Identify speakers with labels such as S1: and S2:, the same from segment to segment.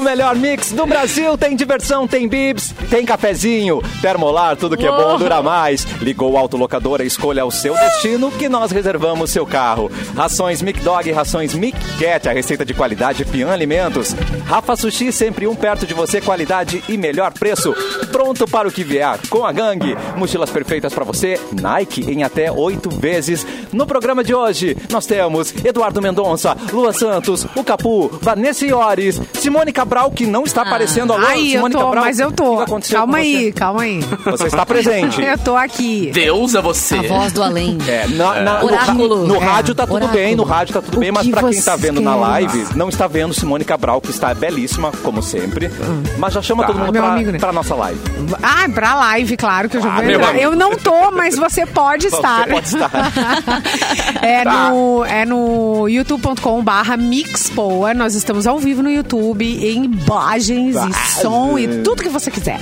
S1: melhor mix do Brasil. Tem diversão, tem bibs, tem cafezinho, termolar, tudo que é bom dura mais. Ligou o autolocadora, escolha o seu destino que nós reservamos seu carro. Rações Mic Dog, rações Mic Cat, a receita de qualidade Pian Alimentos. Rafa Sushi, sempre um perto de você, qualidade e melhor preço. Pronto para o que vier com a gangue. Mochilas perfeitas para você, Nike em até oito vezes. No programa de hoje, nós temos Eduardo Mendonça, Lua Santos, o Capu, Vanessa Iores, Simone Cabral, que não está aparecendo agora.
S2: Aí, Ah. eu
S1: Simone
S2: tô,
S1: Cabral,
S2: mas eu
S1: o que
S2: tô.
S1: aconteceu
S2: Calma
S1: com você?
S2: aí, calma aí.
S1: Você está presente.
S2: Eu tô aqui.
S3: Deusa você.
S4: A voz do além.
S1: É, na- na- no,
S4: Oráculo.
S1: ra- no
S4: É,
S1: rádio tá tudo
S4: oráculo.
S1: bem, no rádio tá tudo
S2: O
S1: bem, mas
S2: que
S1: pra quem tá
S2: vocês
S1: vendo na
S2: querem?
S1: live, não está vendo Simone Cabral, que está belíssima, como sempre. Mas já chama todo mundo
S2: Hum. Meu
S1: pra,
S2: amigo, né?
S1: pra nossa live.
S2: Ah, pra live, claro que eu já
S1: Ah,
S2: vou
S1: meu
S2: entrar.
S1: amigo.
S2: Eu não tô, mas você pode estar.
S1: Você pode estar.
S2: É
S1: Tá.
S2: no, é no youtube.com barra mixpoa. Nós estamos ao vivo no YouTube, em imagens e som e tudo que você quiser.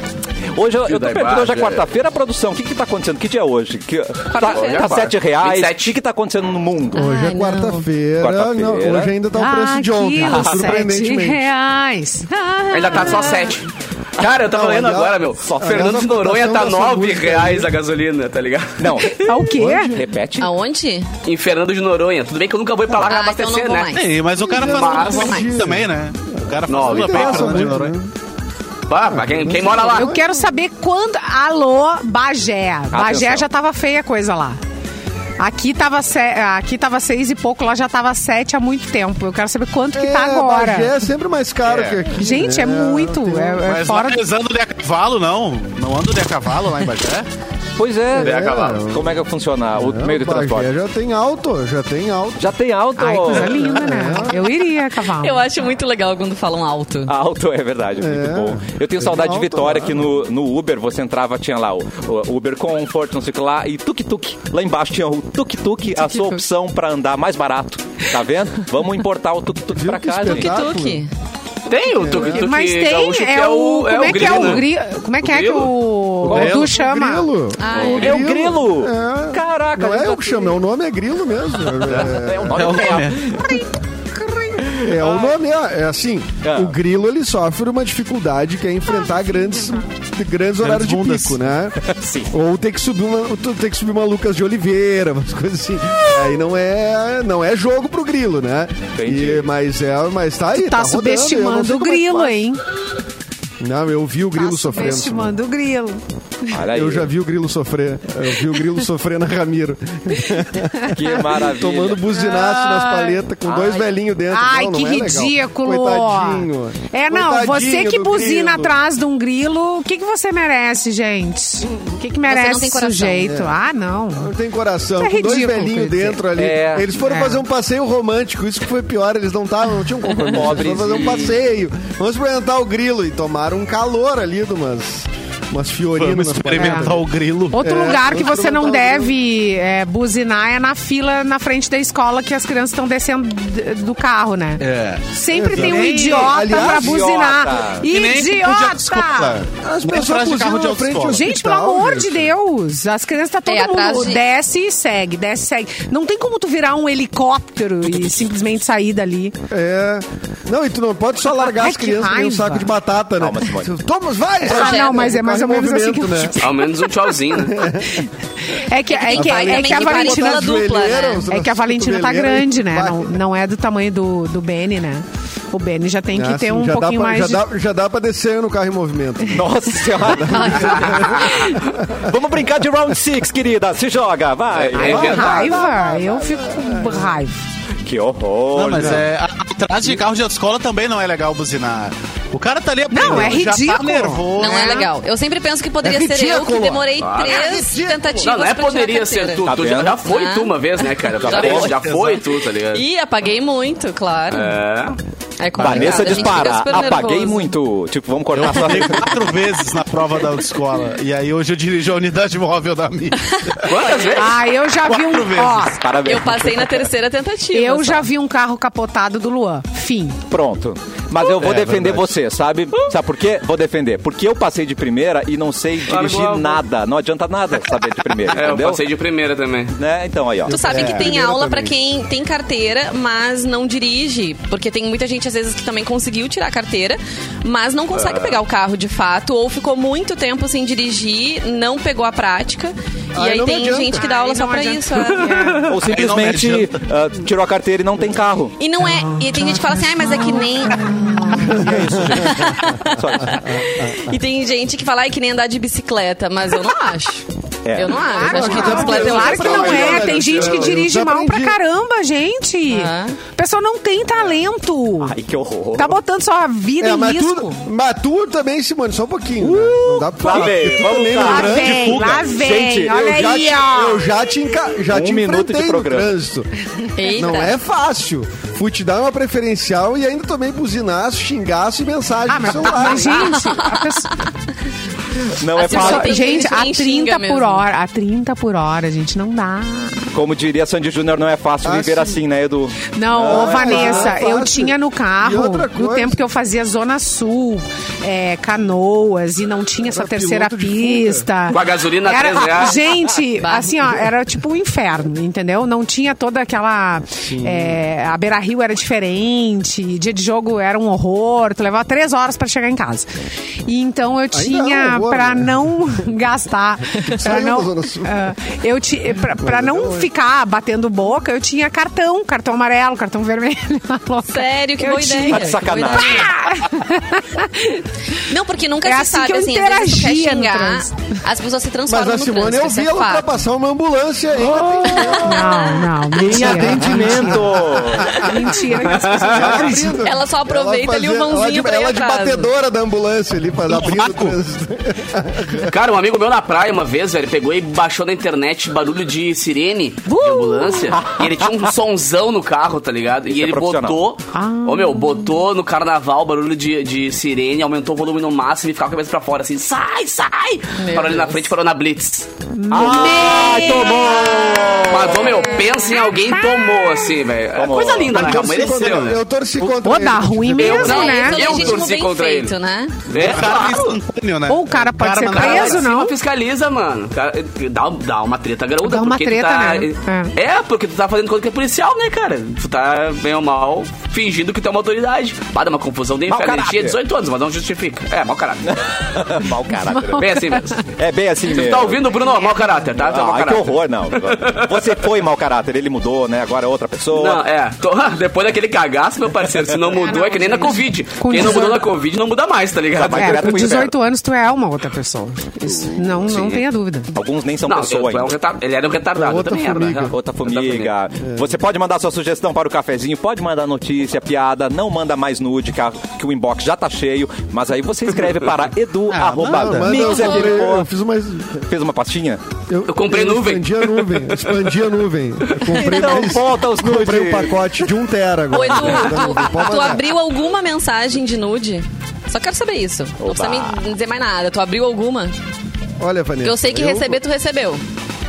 S1: Hoje eu, eu tô
S3: da
S1: perdendo, hoje é
S3: imagem.
S1: quarta-feira, produção. O que que tá acontecendo? Que dia é hoje? Que, tá
S3: Hoje é
S1: tá
S3: quarta.
S1: 7 reais.
S3: 27.
S1: O que que tá acontecendo no mundo?
S2: Ah,
S5: Hoje
S4: Ai,
S5: é
S4: não.
S5: quarta-feira.
S1: Quarta-feira.
S5: Não, hoje ainda tá o preço de ontem,
S2: Aquilo, sete
S5: surpreendentemente.
S2: reais. Ah.
S3: Ainda tá só 7. Cara, eu tava
S5: Não,
S3: lendo
S5: aliás-
S3: agora, meu.
S5: aliás,
S3: Fernando
S5: a
S3: de Noronha
S5: cotação
S3: tá
S5: dessa
S3: 9
S5: música
S3: reais a gasolina, tá ligado?
S1: Não,
S2: Ah, O quê?
S1: repete.
S4: Aonde?
S3: Em Fernando de Noronha. Tudo bem que eu nunca vou ir pra lá pra
S4: Ah, então
S3: abastecer,
S4: não vou
S3: né?
S4: mais.
S6: Sim, mas o cara faz
S3: Mas-
S6: tudo bem também, né? O cara faz
S3: Não,
S6: tudo
S3: não
S6: bem,
S1: Tá
S5: interessa
S6: Fernando de
S5: muito,
S6: Noronha.
S5: né?
S3: Bah, pra quem, quem mora lá.
S2: Eu quero saber quando. Alô, Bagé. Bagé
S1: Atenção.
S2: já tava feia a coisa lá. Aqui tava, se... Aqui tava seis e pouco, lá já tava sete há muito tempo. Eu quero saber quanto que tá
S5: É,
S2: agora.
S5: Bagé é sempre mais caro que aqui.
S2: Gente, é,
S5: né?
S2: muito.
S5: Tem-
S2: É, é
S6: Mas
S2: fora
S6: não eles andam de a cavalo, não. Não andam de a cavalo lá em Bagé.
S1: Pois é.
S3: É, cavalo.
S1: Como é que vai funcionar o
S5: Não,
S1: meio de
S5: um- Bagé
S1: transporte?
S5: já tem alto, já tem alto.
S1: Já tem alto.
S2: Ai, coisa linda, né? Eu iria, cavalo.
S4: Eu acho muito legal quando falam alto.
S1: Alto, é verdade, muito
S5: É.
S1: bom. Eu tenho
S5: Tem
S1: saudade de
S5: alto
S1: Vitória,
S5: lá,
S1: que no, no Uber você entrava, tinha lá o, o Uber Comfort, não sei o que lá, e tuk-tuk. Lá embaixo tinha o tuk-tuk, a sua opção pra andar mais barato. Tá vendo? Vamos importar o tuk-tuk
S5: Viu
S1: pra
S5: que
S1: cá, gente.
S4: Tuk-tuk.
S3: Tem o tuk-tuk
S2: Mas tem,
S3: gaúcho, que
S2: é o. Como é que é
S3: grilo,
S2: o
S3: né?
S2: grilo? Como é que é que
S3: grilo?
S2: o.
S6: O
S2: Edu
S6: grilo.
S2: chama?
S5: Grilo.
S4: Ai.
S1: É o grilo!
S5: É.
S1: Caraca,
S5: Não
S1: eu
S5: é
S1: tô-
S5: eu que chamo, é o nome é grilo mesmo.
S1: É o nome
S6: É o
S1: real.
S6: nome, é.
S5: É
S1: Ah.
S5: o nome, é, é assim,
S1: É.
S5: o grilo ele sofre uma dificuldade que é enfrentar
S2: Ah,
S5: grandes, grandes horários de
S6: bundas.
S5: pico, né?
S1: Sim.
S5: Ou ter que subir uma, tu tem que subir uma Lucas de Oliveira, umas coisas assim. Aí não é, não é jogo pro grilo, né?
S1: Entendi.
S5: E- mas é, mas tá aí,
S2: Tá,
S5: rodando, eu não
S2: subestimando
S5: sei
S2: o
S5: como é que
S2: grilo,
S5: faz.
S2: hein?
S5: Não, eu vi o grilo
S2: Tá
S5: sofrendo. Simone.
S2: subestimando o grilo.
S1: Olha aí,
S5: Eu já vi o grilo sofrer. Eu vi o grilo sofrer na Ramiro.
S1: que maravilha.
S5: Tomando buzinaço nas paletas com dois velhinhos dentro.
S2: Ai,
S5: Não, não
S2: que
S5: é legal.
S2: ridículo.
S5: Coitadinho.
S2: É, não,
S5: Coitadinho
S2: você que
S5: do
S2: buzina
S5: grilo.
S2: atrás de um grilo, o que, que você merece, gente? O que, que merece
S4: não tem
S2: esse
S4: coração.
S5: É.
S2: sujeito? Ah, não.
S5: Não tem coração.
S2: Isso é
S5: com dois
S2: ridículo,
S5: velhinhos
S2: quer dizer.
S5: dentro ali.
S1: É.
S5: Eles foram
S2: É.
S5: fazer um passeio romântico. Isso que foi pior. Eles não estavam, não tinham compromisso. Eles foram fazer um passeio. Vamos experimentar o grilo. E tomaram um calor ali de umas, umas fiorinas.
S6: Vamos
S5: nas
S6: experimentar o grilo.
S2: Outro
S5: É,
S2: lugar que
S5: outro
S2: você não
S5: lugar
S2: deve é, buzinar é na fila na frente da escola que as crianças estão descendo d- do carro, né?
S6: É.
S2: Sempre tem um
S5: Exatamente.
S2: idiota
S5: Aliás,
S2: pra
S1: idiota.
S2: buzinar.
S6: Que É. nem de
S2: Idiota!
S5: As
S6: autoescola. Nem
S5: pessoas
S6: atrás de
S5: buzinam
S6: carro de
S5: na frente. do
S6: autoescola.
S2: Gente, pelo
S5: hospital,
S2: amor
S5: Então, gente.
S2: de Deus! As crianças tá todo
S4: É, atrás
S2: mundo.
S4: de-
S2: Desce e segue, desce e segue. Não tem como tu virar um helicóptero e simplesmente sair dali.
S5: É. Não, e tu não pode só largar
S2: Ai,
S5: as
S2: que
S5: crianças que nem um
S2: raiva.
S5: saco de batata, né?
S1: Calma, Simone.
S5: Tu- Toma, vai!
S2: Ah,
S4: Projeto.
S2: não, mas é mais ou
S5: Corre
S2: menos assim que
S5: movimento, né?
S3: Ao menos um tchauzinho, né?
S2: É que, é que,
S4: Vai
S2: é
S4: também
S2: que a
S4: que parece
S2: Valentina.
S4: uma
S5: Botar
S4: dupla, né?
S5: joelheira, os-
S2: É que a Valentina tá
S5: cotoveleira e
S2: grande, né?
S5: vai.
S2: Não, não é do tamanho do, do Benny, né? O Benny já tem que
S5: Ah,
S2: ter
S5: sim,
S2: um
S5: já dá
S2: pouquinho
S5: pra-
S2: mais de.
S5: já, dá, já dá pra descer no carro em movimento.
S1: Nossa senhora. Vamos brincar de round six, querida. Se joga, vai.
S5: Ah,
S3: É, é
S2: Ai,
S3: verdade.
S2: raiva! Eu fico com raiva.
S1: Que horror.
S6: Não, mas
S1: né?
S6: é, a- atrás de carro de autoescola também não é legal buzinar. O cara tá ali
S2: Não, é
S6: Já tá
S2: ridículo.
S6: nervoso.
S4: Não é legal. Eu sempre penso que poderia
S5: É
S4: ser eu que
S5: ridículo.
S4: demorei três
S5: ridículo.
S4: tentativas
S3: Não, não
S4: pra tirar né? a
S3: é poderia ser
S4: carteira.
S3: tu.
S1: Tá
S3: tu já,
S1: vendo?
S3: já foi
S4: Ah.
S3: tu uma vez, né, cara?
S1: Já
S3: Já, foi,
S1: foi.
S3: já foi tu, tá ligado?
S4: Ih, apaguei muito, claro.
S3: É.
S4: É complicado.
S1: Vanessa
S4: A gente
S1: dispara.
S4: fica super
S1: Apaguei
S4: nervoso.
S1: muito. Tipo, vamos
S6: Eu
S1: cortar só.
S6: rodei quatro vezes na prova da autoescola. E aí hoje eu dirijo a unidade móvel da minha.
S3: Quantas vezes?
S2: Ah, eu já vi
S6: Quatro
S2: um.
S6: vezes.
S2: Ó,
S1: Parabéns.
S4: Eu passei na terceira tentativa.
S2: eu
S4: só.
S2: já vi um carro capotado do Luan. Fim.
S1: Pronto. Mas eu vou
S6: É,
S1: defender
S6: verdade.
S1: você, sabe? Sabe por quê? Vou defender. Porque eu passei de primeira e não sei dirigir
S3: Largou a mão.
S1: nada. Não adianta nada saber de primeira,
S3: É, eu
S1: entendeu?
S3: passei de primeira também.
S1: Né? Então, aí, ó.
S4: Tu sabe que tem
S5: primeiro
S4: aula pra
S5: também.
S4: quem tem carteira, mas não dirige. Porque tem muita gente, às vezes, que também conseguiu tirar a carteira, mas não consegue pegar o carro de fato, ou ficou muito tempo sem dirigir, não pegou a prática.
S5: Aí
S4: e aí
S5: não
S4: tem
S5: adianta.
S4: gente que dá aula
S2: Aí
S4: só
S2: não
S4: pra
S2: adianta.
S4: isso. é.
S1: Ou simplesmente ah, tirou a carteira e não tem carro.
S4: E não é. E tem gente que fala assim, ai, mas é que nem.
S1: Só isso.
S4: E tem gente que fala, ai, que nem andar de bicicleta, mas eu não acho.
S1: É.
S4: Eu não acho.
S2: Claro
S4: acho
S2: que
S4: que
S2: Ah, não,
S4: bicicleta é outra
S2: claro que não
S4: coisa.
S2: é. Tem gente que
S5: Eu
S2: dirige
S5: já
S2: mal pra
S5: aprendi.
S2: caramba, gente.
S4: Ah.
S2: O pessoal não tem talento.
S1: Ai, que horror.
S2: Tá botando sua vida
S5: É,
S2: em
S5: mas
S2: risco.
S5: tu, mas tu também, Simone, só um pouquinho. né?
S2: Uh,
S5: Não dá pra
S1: lá
S5: falar
S1: vem,
S5: que tu
S1: vamos
S5: também
S1: lá.
S5: no
S2: Lá
S1: grande
S2: vem,
S1: fuga.
S2: lá vem.
S1: Gente,
S2: Olha
S5: eu já
S2: aí,
S5: te,
S2: ó.
S5: Eu já te, enca, já
S1: Um
S5: te
S1: minuto de
S5: enfrentei no
S1: programa.
S5: trânsito.
S4: Eita.
S5: Não é fácil. Fui te dar uma preferencial e ainda tomei buzinaço, xingaço e mensagem
S2: Ah,
S5: no
S2: mas,
S5: celular.
S2: mas, gente, a pessoa-
S1: Não é
S4: Assim, só
S1: fácil.
S4: tem-
S2: gente,
S4: gente
S2: a
S4: nem
S2: 30
S4: xinga
S2: por
S4: mesmo.
S2: hora, a 30 por hora, gente, não dá.
S1: Como diria Sandy Júnior, não é fácil
S5: Ah,
S1: viver
S5: sim.
S1: assim, né, Edu?
S2: Não, ô
S5: é,
S2: Vanessa,
S5: é
S2: eu
S5: fácil.
S2: tinha no
S5: E
S2: carro,
S5: outra
S2: no
S5: coisa-
S2: tempo que eu fazia Zona Sul, é, Canoas, e não tinha essa
S5: Era
S2: terceira
S5: piloto de fuga.
S2: pista.
S3: Com a gasolina a
S2: era,
S3: três reais.
S2: Gente, assim, ó, era tipo um inferno, entendeu? Não tinha toda aquela... é, a Beira Rio era diferente, dia de jogo era um horror, tu levava três horas pra chegar em casa. E então eu
S5: é um
S2: tinha,
S5: horror,
S2: pra
S5: né?
S2: não gastar, pra
S5: Saiu da
S2: não...
S5: Zona Sul.
S2: Ah, eu ti, pra, pra não ficar batendo boca, eu tinha cartão, cartão amarelo, cartão vermelho. na louca.
S4: Sério, que
S2: Eu
S4: boa
S2: tinha.
S4: ideia.
S1: Tá de
S4: que boa
S1: sacanagem.
S4: ideia. Não, porque nunca
S2: É
S4: se
S2: assim
S4: sabe,
S2: que eu
S4: assim, às vezes tu quer
S2: interagia no
S4: xingar,
S2: trânsito.
S4: as pessoas se
S5: Mas
S4: transformam
S5: a
S4: no
S5: Simone,
S4: trânsito,
S5: eu
S4: isso é
S5: vi ela
S4: fato.
S5: ultrapassar uma ambulância né?
S2: Não,
S5: ainda.
S2: não,
S1: Em
S2: mentira.
S1: atendimento!
S2: Mentira, que as pessoas
S5: né? Ela
S2: não acreditam.
S5: abrindo.
S4: Ela só aproveita ali o
S5: fazia-
S4: vãozinho
S5: ela de,
S4: pra ir
S5: Ela de
S4: atrás.
S5: batedora da ambulância ali,
S3: Um
S5: faz, abrindo o trânsito.
S3: Cara, um amigo meu na praia uma vez, velho, pegou e baixou na internet barulho de sirene de ambulância. E ele tinha um sonzão no carro, tá ligado?
S1: Isso
S3: e
S1: é
S3: ele
S1: profissional.
S3: botou.
S2: Ah.
S3: Ô meu, botou no carnaval barulho de, de sirene, aumentou o volume no máximo e ficava com a cabeça pra fora, assim, sai, sai! parou ali na frente, parou na Blitz.
S1: Ai, Ah, tomou!
S3: Mas, ô meu, pensa em alguém tomou, assim, velho. É
S1: Tomou.
S3: Coisa linda, né?
S5: Eu
S3: cara?
S5: torci
S3: Amanheceu,
S5: contra-
S3: né?
S5: Eu torci contra
S2: Pô, dá
S5: ele.
S2: ruim
S3: Eu
S2: mesmo,
S3: não,
S2: né?
S4: Isso é
S3: Eu
S4: legítimo
S3: torci
S4: bem
S3: contra
S4: feito,
S3: ele.
S4: né?
S3: É,
S6: Cara,
S3: claro.
S6: instantâneo, né?
S2: Ou o cara pode ser
S6: manda
S3: Cara, lá
S2: preso,
S3: em cima
S2: não?
S3: fiscaliza, mano. Cara, dá, dá uma treta graúda.
S2: Dá uma
S3: porque tu
S2: treta,
S3: tá-
S2: né?
S3: É. porque tu tá fazendo coisa que é policial, né, cara? Tu tá, bem ou mal, fingindo que tu é uma autoridade. Pá, dá uma confusão de
S1: Mau
S3: inferno. Ele tinha
S1: caráter.
S3: 18 anos, mas não justifica. É, mau caráter.
S1: Mal caráter.
S3: Bem assim mesmo.
S1: É bem assim
S3: Tu
S1: mesmo.
S3: tá ouvindo, Bruno? Mau caráter, tá? Tu é mau
S1: Ai, que
S3: caráter.
S1: horror, não. Você foi mau caráter, ele mudou, né? Agora é outra pessoa.
S3: Não, é. Tô- depois daquele cagaço, meu parceiro, se não mudou, é que nem na Covid.
S2: Com
S3: Quem não mudou
S2: 18
S3: na Covid não muda mais, tá ligado?
S1: Vai
S2: É,
S1: direto
S2: com
S1: pro
S2: 18 anos tu é uma outra pessoa. Isso, não, não tenha dúvida.
S1: Alguns nem são
S3: Não,
S1: pessoa
S3: tu é um
S1: ainda.
S3: retar- ele era um retardado.
S5: Outra
S3: eu também era,
S5: formiga.
S3: né?
S1: Outra formiga.
S3: É.
S1: Você pode mandar sua sugestão para o cafezinho, pode mandar notícia, piada, não manda mais nude, que, a- que o inbox já tá cheio. Mas aí você escreve para edu
S3: Ah,
S1: arroba
S5: Não, Ah, mas eu,
S3: um
S1: mixfm.
S5: eu, eu fiz uma...
S1: Fez uma pastinha?
S5: Eu,
S3: comprei
S5: eu
S3: nuvem.
S5: Expandi a nuvem. eu Expandi a nuvem. Eu comprei
S1: Então
S5: mais-
S1: volta os
S5: Comprei
S1: nudes.
S5: um pacote de um tera
S4: Ô,
S5: agora.
S4: Edu,
S5: Pode
S4: tu, tu
S5: mandar.
S4: abriu alguma mensagem de nude? Só quero saber isso. Não
S1: Oba.
S4: precisa me dizer mais nada. Tu abriu alguma?
S5: Olha, Vanessa.
S4: Porque eu sei que receber, tu recebeu.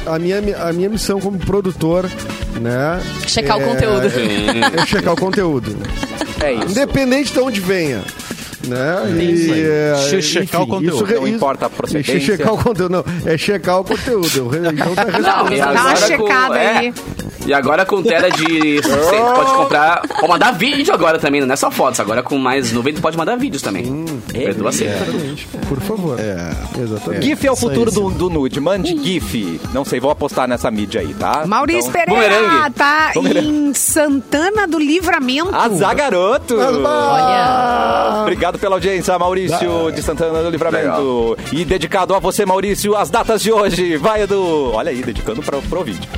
S5: a minha, a minha missão como produtor, né?
S4: Checar
S5: é-
S4: o conteúdo.
S5: É checar o conteúdo.
S3: É isso.
S5: Independente de onde venha. Né? E, é,
S6: Che- checar o conteúdo.
S5: isso re-
S1: Não
S5: isso-
S1: importa a procedência.
S5: che- Checar o conteúdo, não. É checar o conteúdo. Eu re- Então tá
S3: Não,
S5: resolvido.
S3: Ah, e
S2: dá uma
S3: agora
S2: checada
S3: com, é,
S2: aí.
S3: E agora com tela de você pode comprar. Ou mandar vídeo agora também, não é só fotos. Agora com mais nuvem, tu pode mandar vídeos também. Edu
S1: É.
S3: aceita.
S5: Exatamente. Por favor. Exatamente.
S1: GIF é o futuro do, do nude. Mande GIF. Não sei, vou apostar nessa mídia aí, tá?
S2: Maurício
S1: então...
S2: Pereira
S3: bumerangue.
S2: tá
S1: Bumerangue.
S2: em Santana do Livramento.
S1: Azar, garoto!
S4: Olha.
S1: Obrigado pela audiência, Maurício de Santana do Livramento. E dedicado a você, Maurício, as datas de hoje. Vai, Edu! Olha aí, dedicando para o vídeo.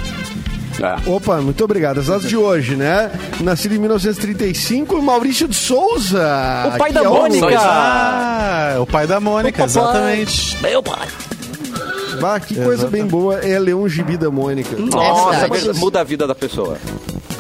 S3: É.
S5: Opa, muito obrigado. As datas de hoje, né? Nascido em 1935, Maurício de Souza.
S1: O pai
S5: que
S1: da
S5: é
S1: Mônica.
S3: Só
S6: Ah, o pai da Mônica, exatamente.
S3: Meu pai.
S5: Ah, que coisa bem boa é ler um gibi da Mônica.
S1: Nossa,
S4: verdade.
S1: muda a vida da pessoa.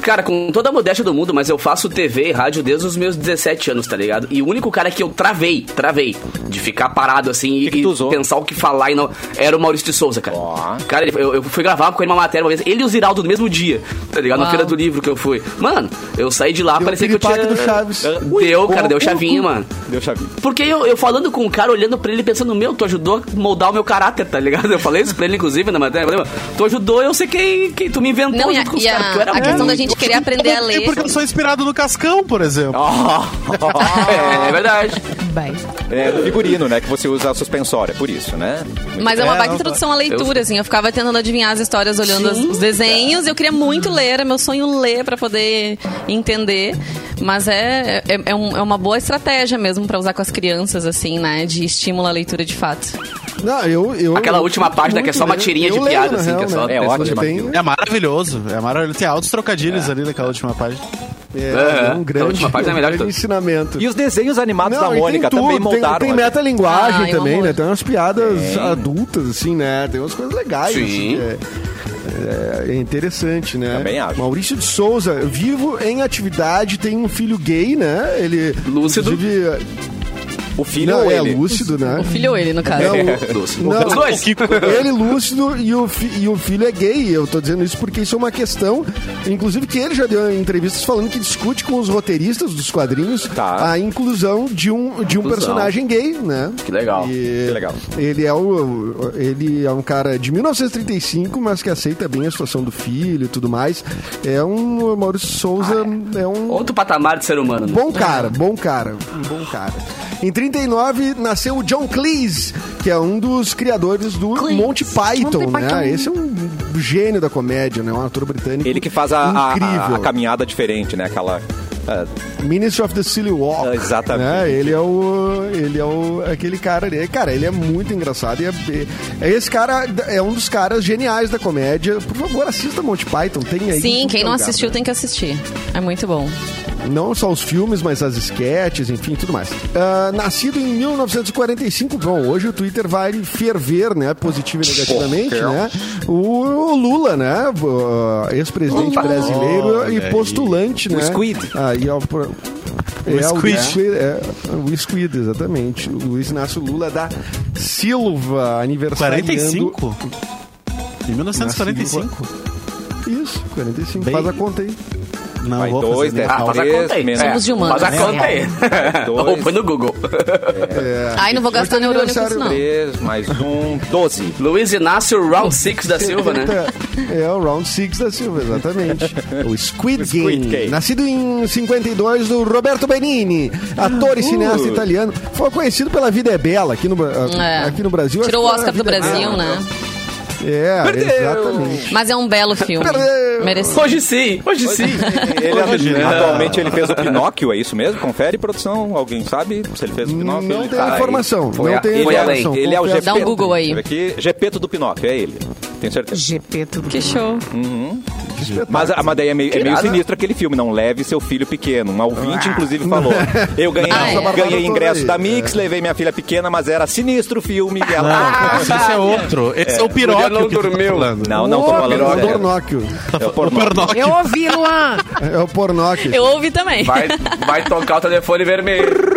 S3: cara, com toda a modéstia do mundo, mas eu faço TV e rádio desde os meus 17 anos, tá ligado? E o único cara que eu travei, travei, de ficar parado assim e,
S1: que tu usou?
S3: e pensar o que falar e não. Era o Maurício de Souza, cara.
S1: Ó.
S3: Cara, ele- eu, eu fui gravar com ele uma matéria uma vez, ele e o Ziraldo no mesmo dia, tá ligado? Na
S4: Uau.
S3: feira do livro que eu fui. Mano, eu saí de lá,
S5: Deu
S3: parecia que eu tinha.
S5: piripaque do Chaves.
S3: Deu, cara, deu chavinha, mano.
S1: Deu chavinha.
S3: Porque eu, eu falando com o cara, olhando pra ele, pensando, meu, tu ajudou a moldar o meu caráter, tá ligado? Eu falei isso pra ele, inclusive, na matéria. eu falei, "Mano, Tu ajudou, eu sei que, que tu me inventou
S4: Não, e a,
S3: junto com os
S4: e a-
S3: caras, porque eu era
S4: a questão
S3: muito-
S4: da gente querer aprender a ler.
S6: É porque eu sou inspirado no Cascão, por exemplo.
S3: É, é verdade.
S2: Bem.
S1: É figurino, né? Que você usa a suspensória, por isso, né?
S4: Mas é uma baita introdução
S5: tá.
S4: à leitura,
S3: eu-
S4: assim. Eu ficava tentando adivinhar as histórias olhando as- os desenhos. Eu queria muito ler, era meu sonho ler pra poder entender. Mas é, é, é um- é uma boa estratégia mesmo pra usar com as crianças, assim, né? De estímulo à leitura de fato.
S5: Não, eu, eu,
S3: Aquela
S5: eu
S3: última
S5: curto
S3: página que é
S5: muito
S3: só uma
S5: ler.
S3: tirinha de
S5: Eu leio,
S3: piada,
S5: na né?
S3: assim, que é só-
S1: É
S3: Esse
S1: ótimo.
S5: tem-
S1: aquilo.
S6: É maravilhoso, é maravilhoso. Tem altos trocadilhos ali naquela última página.
S5: É,
S3: É,
S5: é um grande,
S3: a última página é a melhor de
S5: grande
S3: todas.
S5: ensinamento.
S1: E os desenhos animados
S5: Não,
S1: da
S5: e
S1: Mônica
S5: tem tudo,
S1: também
S5: tem-
S1: moldaram.
S5: Tem,
S1: a gente.
S5: metalinguagem
S4: Ai, um
S5: também,
S4: horror.
S5: né? Tem umas piadas adultas, assim, né? Tem umas coisas legais.
S3: Sim.
S5: assim, é, é- é interessante, né?
S1: Também acho.
S5: Maurício de Souza, vivo em atividade, tem um filho gay, né? Ele.
S3: Lúcido.
S5: inclusive,
S1: O filho
S5: não,
S1: ou
S5: é
S1: ele?
S5: lúcido, né?
S4: O filho ou ele, no caso.
S5: Não, é
S3: Doce.
S5: Não. um
S3: Os dois.
S5: Ele lúcido e o, fi- e o filho é gay. Eu tô dizendo isso porque isso é uma questão. Inclusive, que ele já deu entrevistas falando que discute com os roteiristas dos quadrinhos
S1: Tá.
S5: a inclusão de um, de um
S3: Inclusão.
S5: personagem gay, né?
S3: Que legal.
S5: E
S1: Que legal.
S5: Ele é, o, ele é um cara de 1935, mas que aceita bem a situação do filho e tudo mais. É um. o Maurício Souza
S3: Ah,
S5: é um.
S3: Outro patamar de ser humano. né?
S5: Bom cara, bom cara, um bom cara. Em 39 nasceu o John Cleese, que é um dos criadores do Monty Python,
S2: Monty
S5: né?
S2: Python.
S5: Esse é um gênio da comédia, né? Um ator britânico.
S1: Ele que faz a, a- a-
S5: incrível.
S1: a caminhada diferente, né? Aquela. ah,
S5: Ministry of the Silly Walk.
S1: Ah, exatamente.
S5: né? Ele é o. Ele é o. aquele cara ali. Cara, ele é muito engraçado. E é, é- esse cara é um dos caras geniais da comédia. Por favor, assista Monty Python. Tem aí.
S4: Sim,
S5: em tudo que é
S4: quem não
S5: lugar,
S4: assistiu tem que assistir. É muito bom.
S5: Não só os filmes, mas as esquetes, enfim, tudo mais. Ah, nascido em 1945, bom, hoje o Twitter vai ferver, né, positivo e negativamente, né? O, o Lula, né, o, ah, ex-presidente brasileiro e
S6: aí.
S5: postulante, né?
S1: Squid.
S5: Aí, ó, pro- é, o
S6: Squid.
S5: Squid, é, o Squid, exatamente. O Luiz Inácio Lula da Silva, aniversariando...
S6: 45? Em 1945?
S5: Isso, 45.
S6: Bem-
S5: Faz a conta aí.
S6: Não,
S1: Vai
S6: vou
S1: dois,
S6: fazer.
S1: dez.
S3: Ah, faz a
S1: Talvez
S3: conta aí.
S1: menos.
S4: Somos de humanos. né?
S3: Faz a conta aí.
S1: um, Dois.
S3: Ou põe no Google.
S4: Ai, não vou
S5: Hoje
S4: gastar
S5: tá
S4: neurônio com isso, não.
S5: aniversário
S1: Três, mais um, doze.
S3: Luiz Inácio Round 6 da Silva, né?
S5: É o Round 6 da Silva, exatamente. O Squid,
S1: O Squid
S5: Game.
S1: Game.
S5: Nascido em 52, do Roberto Benini, ator e cineasta
S1: Uh.
S5: italiano. Foi conhecido pela Vida é Bela aqui no, Bra-
S4: É.
S5: aqui no Brasil.
S4: Tirou o
S5: acho que
S4: Oscar
S5: foi
S4: do
S5: na Vida é
S4: Brasil,
S5: Bela.
S4: né?
S5: É, exatamente.
S4: Mas é um belo filme.
S5: Perdeu.
S4: Merecido.
S3: Hoje sim, hoje sim.
S1: Ele é
S6: Hoje, né?
S1: atualmente ele fez o Pinóquio, é isso mesmo? Confere, produção. Alguém sabe se ele fez o Pinóquio?
S5: Não
S1: Ele
S5: tem
S1: tá aí.
S5: informação.
S3: Foi
S5: Não
S3: a-
S5: tem
S1: Ele,
S3: foi
S1: é-
S5: informação.
S3: além.
S1: ele é o
S5: Confesso.
S1: Gepeto.
S4: Dá um Google aí.
S1: Aqui, Gepeto do Pinóquio, é ele. Tenho certeza.
S2: GP tudo.
S4: Que show.
S1: Mas a Madeia é meio, é meio
S3: Tirada.
S1: sinistro aquele filme, não leve seu filho pequeno. Um
S5: Ah.
S1: ouvinte, inclusive, falou. Eu ganhei,
S4: Ah, é.
S1: ganhei
S5: Bárbara
S1: ingresso
S5: Torre.
S1: da Mix, levei minha filha pequena, mas era sinistro o filme. E
S4: Ah,
S6: Não,
S1: ela...
S5: Ah.
S6: esse
S4: tá.
S6: é outro. Esse é, o
S3: Juliano não
S6: piróquio que tu tá
S3: dormiu.
S6: falando.
S1: Não, não, tô
S5: Ô,
S1: falando
S5: Piroca
S1: sério.
S5: Dornóquio.
S1: É o
S6: O
S1: pornô.
S6: pornóquio.
S2: Eu ouvi, Luan.
S5: É o Pornóquio.
S4: Eu ouvi também.
S3: Vai, vai tocar o telefone vermelho.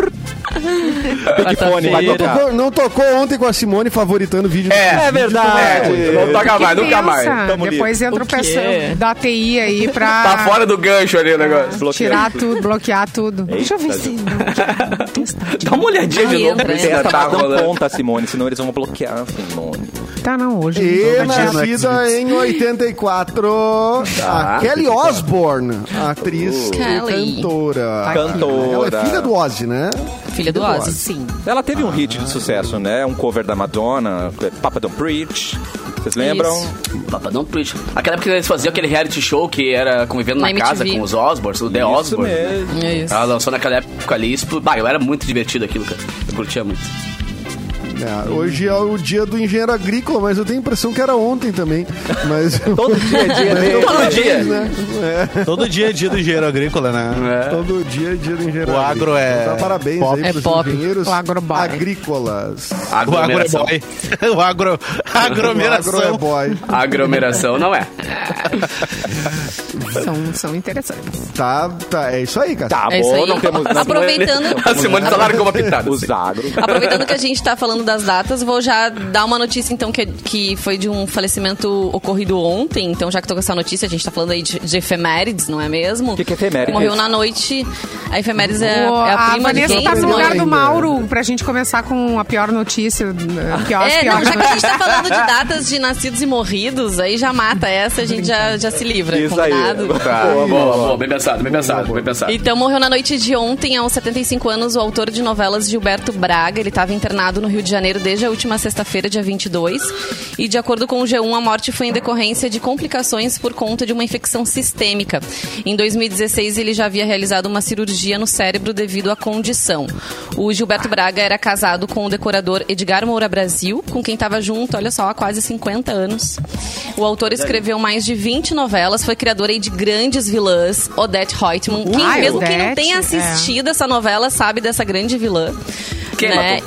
S1: Big
S4: tá
S1: Fone vai
S5: Não
S1: tocar.
S5: tocou, não tocou ontem com a Simone favoritando o vídeo. do-
S1: É verdade.
S3: É, não toca mais, nunca mais.
S2: Pensa,
S1: Tamo
S2: Depois entra o pessoal da TI aí pra.
S3: Tá fora do gancho ali o negócio.
S2: Tirar tudo, bloquear tudo. Deixa eu ver se. não, testar.
S3: Dá uma olhadinha de
S4: Aí
S3: novo
S4: entra,
S3: pra ver se
S4: entra.
S3: ainda tá
S1: Mas não
S3: rolando.
S1: conta, um Simone, senão eles vão bloquear, Simone.
S2: Tá, não, hoje.
S5: E
S2: não vai tirar.
S5: nascida em 84, a Kelly Osbourne, atriz
S4: Kelly.
S5: e cantora.
S1: Cantora.
S5: Ela é filha do Ozzy, né?
S4: Filha do Ozzy.
S2: Sim.
S1: Ela teve um hit de sucesso, né? Um cover da Madonna, Papa Don't Preach. Vocês lembram?
S4: Isso.
S3: Papa, não twitch. Aquela época que eles faziam aquele reality show que era convivendo na,
S4: Na
S3: casa
S4: MTV.
S3: com os Osborns, o The
S1: Isso
S3: Osborns. né?
S1: mesmo.
S4: É isso.
S3: Ela lançou naquela época ali. Isso, bah, eu era muito divertido aquilo, cara. Eu curtia muito.
S5: É, hoje é o dia do engenheiro agrícola, mas eu tenho a impressão que era ontem também. Mas
S1: Todo dia é dia dele.
S3: Todo dia.
S5: né?
S6: Todo dia é dia do engenheiro agrícola, né?
S5: Todo dia é dia do engenheiro
S6: O agro
S5: agrícola.
S6: é
S5: Então, parabéns
S6: pop.
S5: aí
S4: É
S5: pros
S4: pop.
S5: engenheiros
S2: O agroboy.
S5: agrícolas.
S6: O agro é
S3: Aglomeração.
S6: boy.
S5: O
S6: O agro. a
S5: agro é
S6: Aglomeração.
S5: boy.
S3: Aglomeração não é.
S2: São, são interessantes.
S5: Tá, tá, é isso aí, cara.
S1: Tá
S4: É isso
S1: bom,
S4: aí.
S1: não temos nada.
S4: Aproveitando,
S3: A Simone só largou uma pitada. assim.
S1: Os agro.
S4: aproveitando que a gente tá falando das datas, vou já dar uma notícia, então, que, que foi de um falecimento ocorrido ontem. Então, já que tô com essa notícia, a gente tá falando aí de, de efemérides, não é mesmo?
S1: Que que é efemérides?
S4: Morreu na noite. A efemérides é,
S2: Ô,
S4: é a
S2: a,
S4: prima de
S2: Vanessa
S4: quem? é?
S2: tá no
S4: Simone?
S2: lugar do
S5: ainda.
S2: Mauro pra gente começar com a pior notícia. eh, Pior,
S4: É,
S2: pior
S4: não, já que a gente tá falando de datas de nascidos e morridos, aí já mata essa, a gente já, já se livra,
S1: Isso aí.
S4: combinado?
S3: Tá, boa, boa, boa. Bem pensado, bem pensado, bem pensado.
S4: Então, morreu na noite de ontem, aos 75 anos, o autor de novelas Gilberto Braga. Ele estava internado no Rio de Janeiro desde a última sexta-feira, dia 22. E, de acordo com o G1, a morte foi em decorrência de complicações por conta de uma infecção sistêmica. Em 2016, ele já havia realizado uma cirurgia no cérebro devido à condição. O Gilberto Braga era casado com o decorador Edgar Moura Brasil, com quem estava junto, olha só, há quase 50 anos. O autor escreveu mais de 20 novelas, foi criador aí de grandes vilãs, Odette Reutemann, quem,
S5: Ah,
S2: Ai,
S4: mesmo quem não
S2: Odete,
S4: tenha
S2: é.
S4: assistido essa novela sabe dessa grande vilã. né?
S3: Quem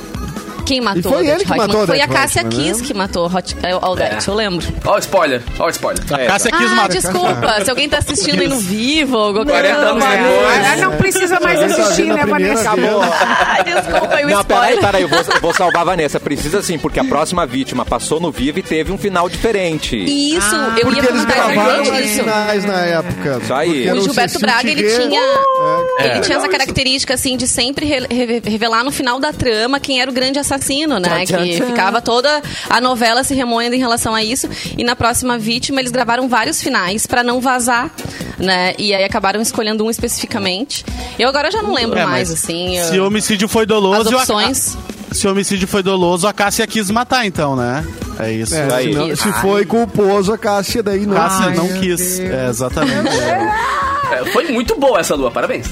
S4: Quem matou?
S5: E foi
S4: Odete
S5: ele que
S4: Reutemann?
S5: matou
S4: Foi a
S5: Odete
S4: Cássia
S5: Reutemann, né?
S4: Kiss que matou Hot- é, a Odete, eu lembro.
S3: Ó, o spoiler, ó, o spoiler.
S6: A Cássia quis
S4: Ah,
S6: matar.
S4: desculpa, se alguém tá assistindo aí no vivo, alguma coisa.
S3: 40 anos
S4: Ai,
S3: depois.
S2: Ah, Não precisa mais
S5: Eu tô
S2: assistir,
S5: tá vendo
S2: né,
S5: a primeira
S2: Vanessa?
S5: vez.
S4: Ai, desculpa aí o
S1: Não, peraí, tá
S4: spoiler.
S1: peraí, eu vou, eu vou salvar a Vanessa. Precisa sim, porque a próxima vítima passou no vivo e teve um final diferente.
S4: Isso, eu
S5: Ah, Porque
S4: ia
S5: eles
S4: perguntar
S5: gravaram
S4: exatamente
S5: mais
S4: isso.
S5: sinais na época.
S1: Isso aí.
S5: Porque
S1: O
S5: era um
S4: O Gilberto
S5: Cecil
S4: Braga, ele
S5: Tiguer.
S4: tinha.
S5: É,
S4: Ele tinha
S5: é.
S4: essa
S5: Legal isso.
S4: característica, assim, de sempre re- re- revelar no final da trama quem era o grande assassino, né? Que ficava toda a novela se remoendo em relação a isso. E na próxima vítima, eles gravaram vários finais pra não vazar, né? E aí acabaram escolhendo um especificamente. Eu agora já não lembro
S6: É,
S4: mais,
S6: mas
S4: assim.
S6: Se
S4: eu-
S6: homicídio foi
S4: As
S6: doloso, eu-
S4: opções.
S6: Se homicídio foi doloso, a Cássia quis matar, então, né? É isso.
S5: É,
S1: Aí.
S5: se, não- se foi culposo, a Cássia daí não.
S6: Cássia
S5: Ai,
S6: não
S5: meu
S6: quis.
S5: Deus.
S6: É, exatamente.
S3: É, foi muito boa essa lua, parabéns.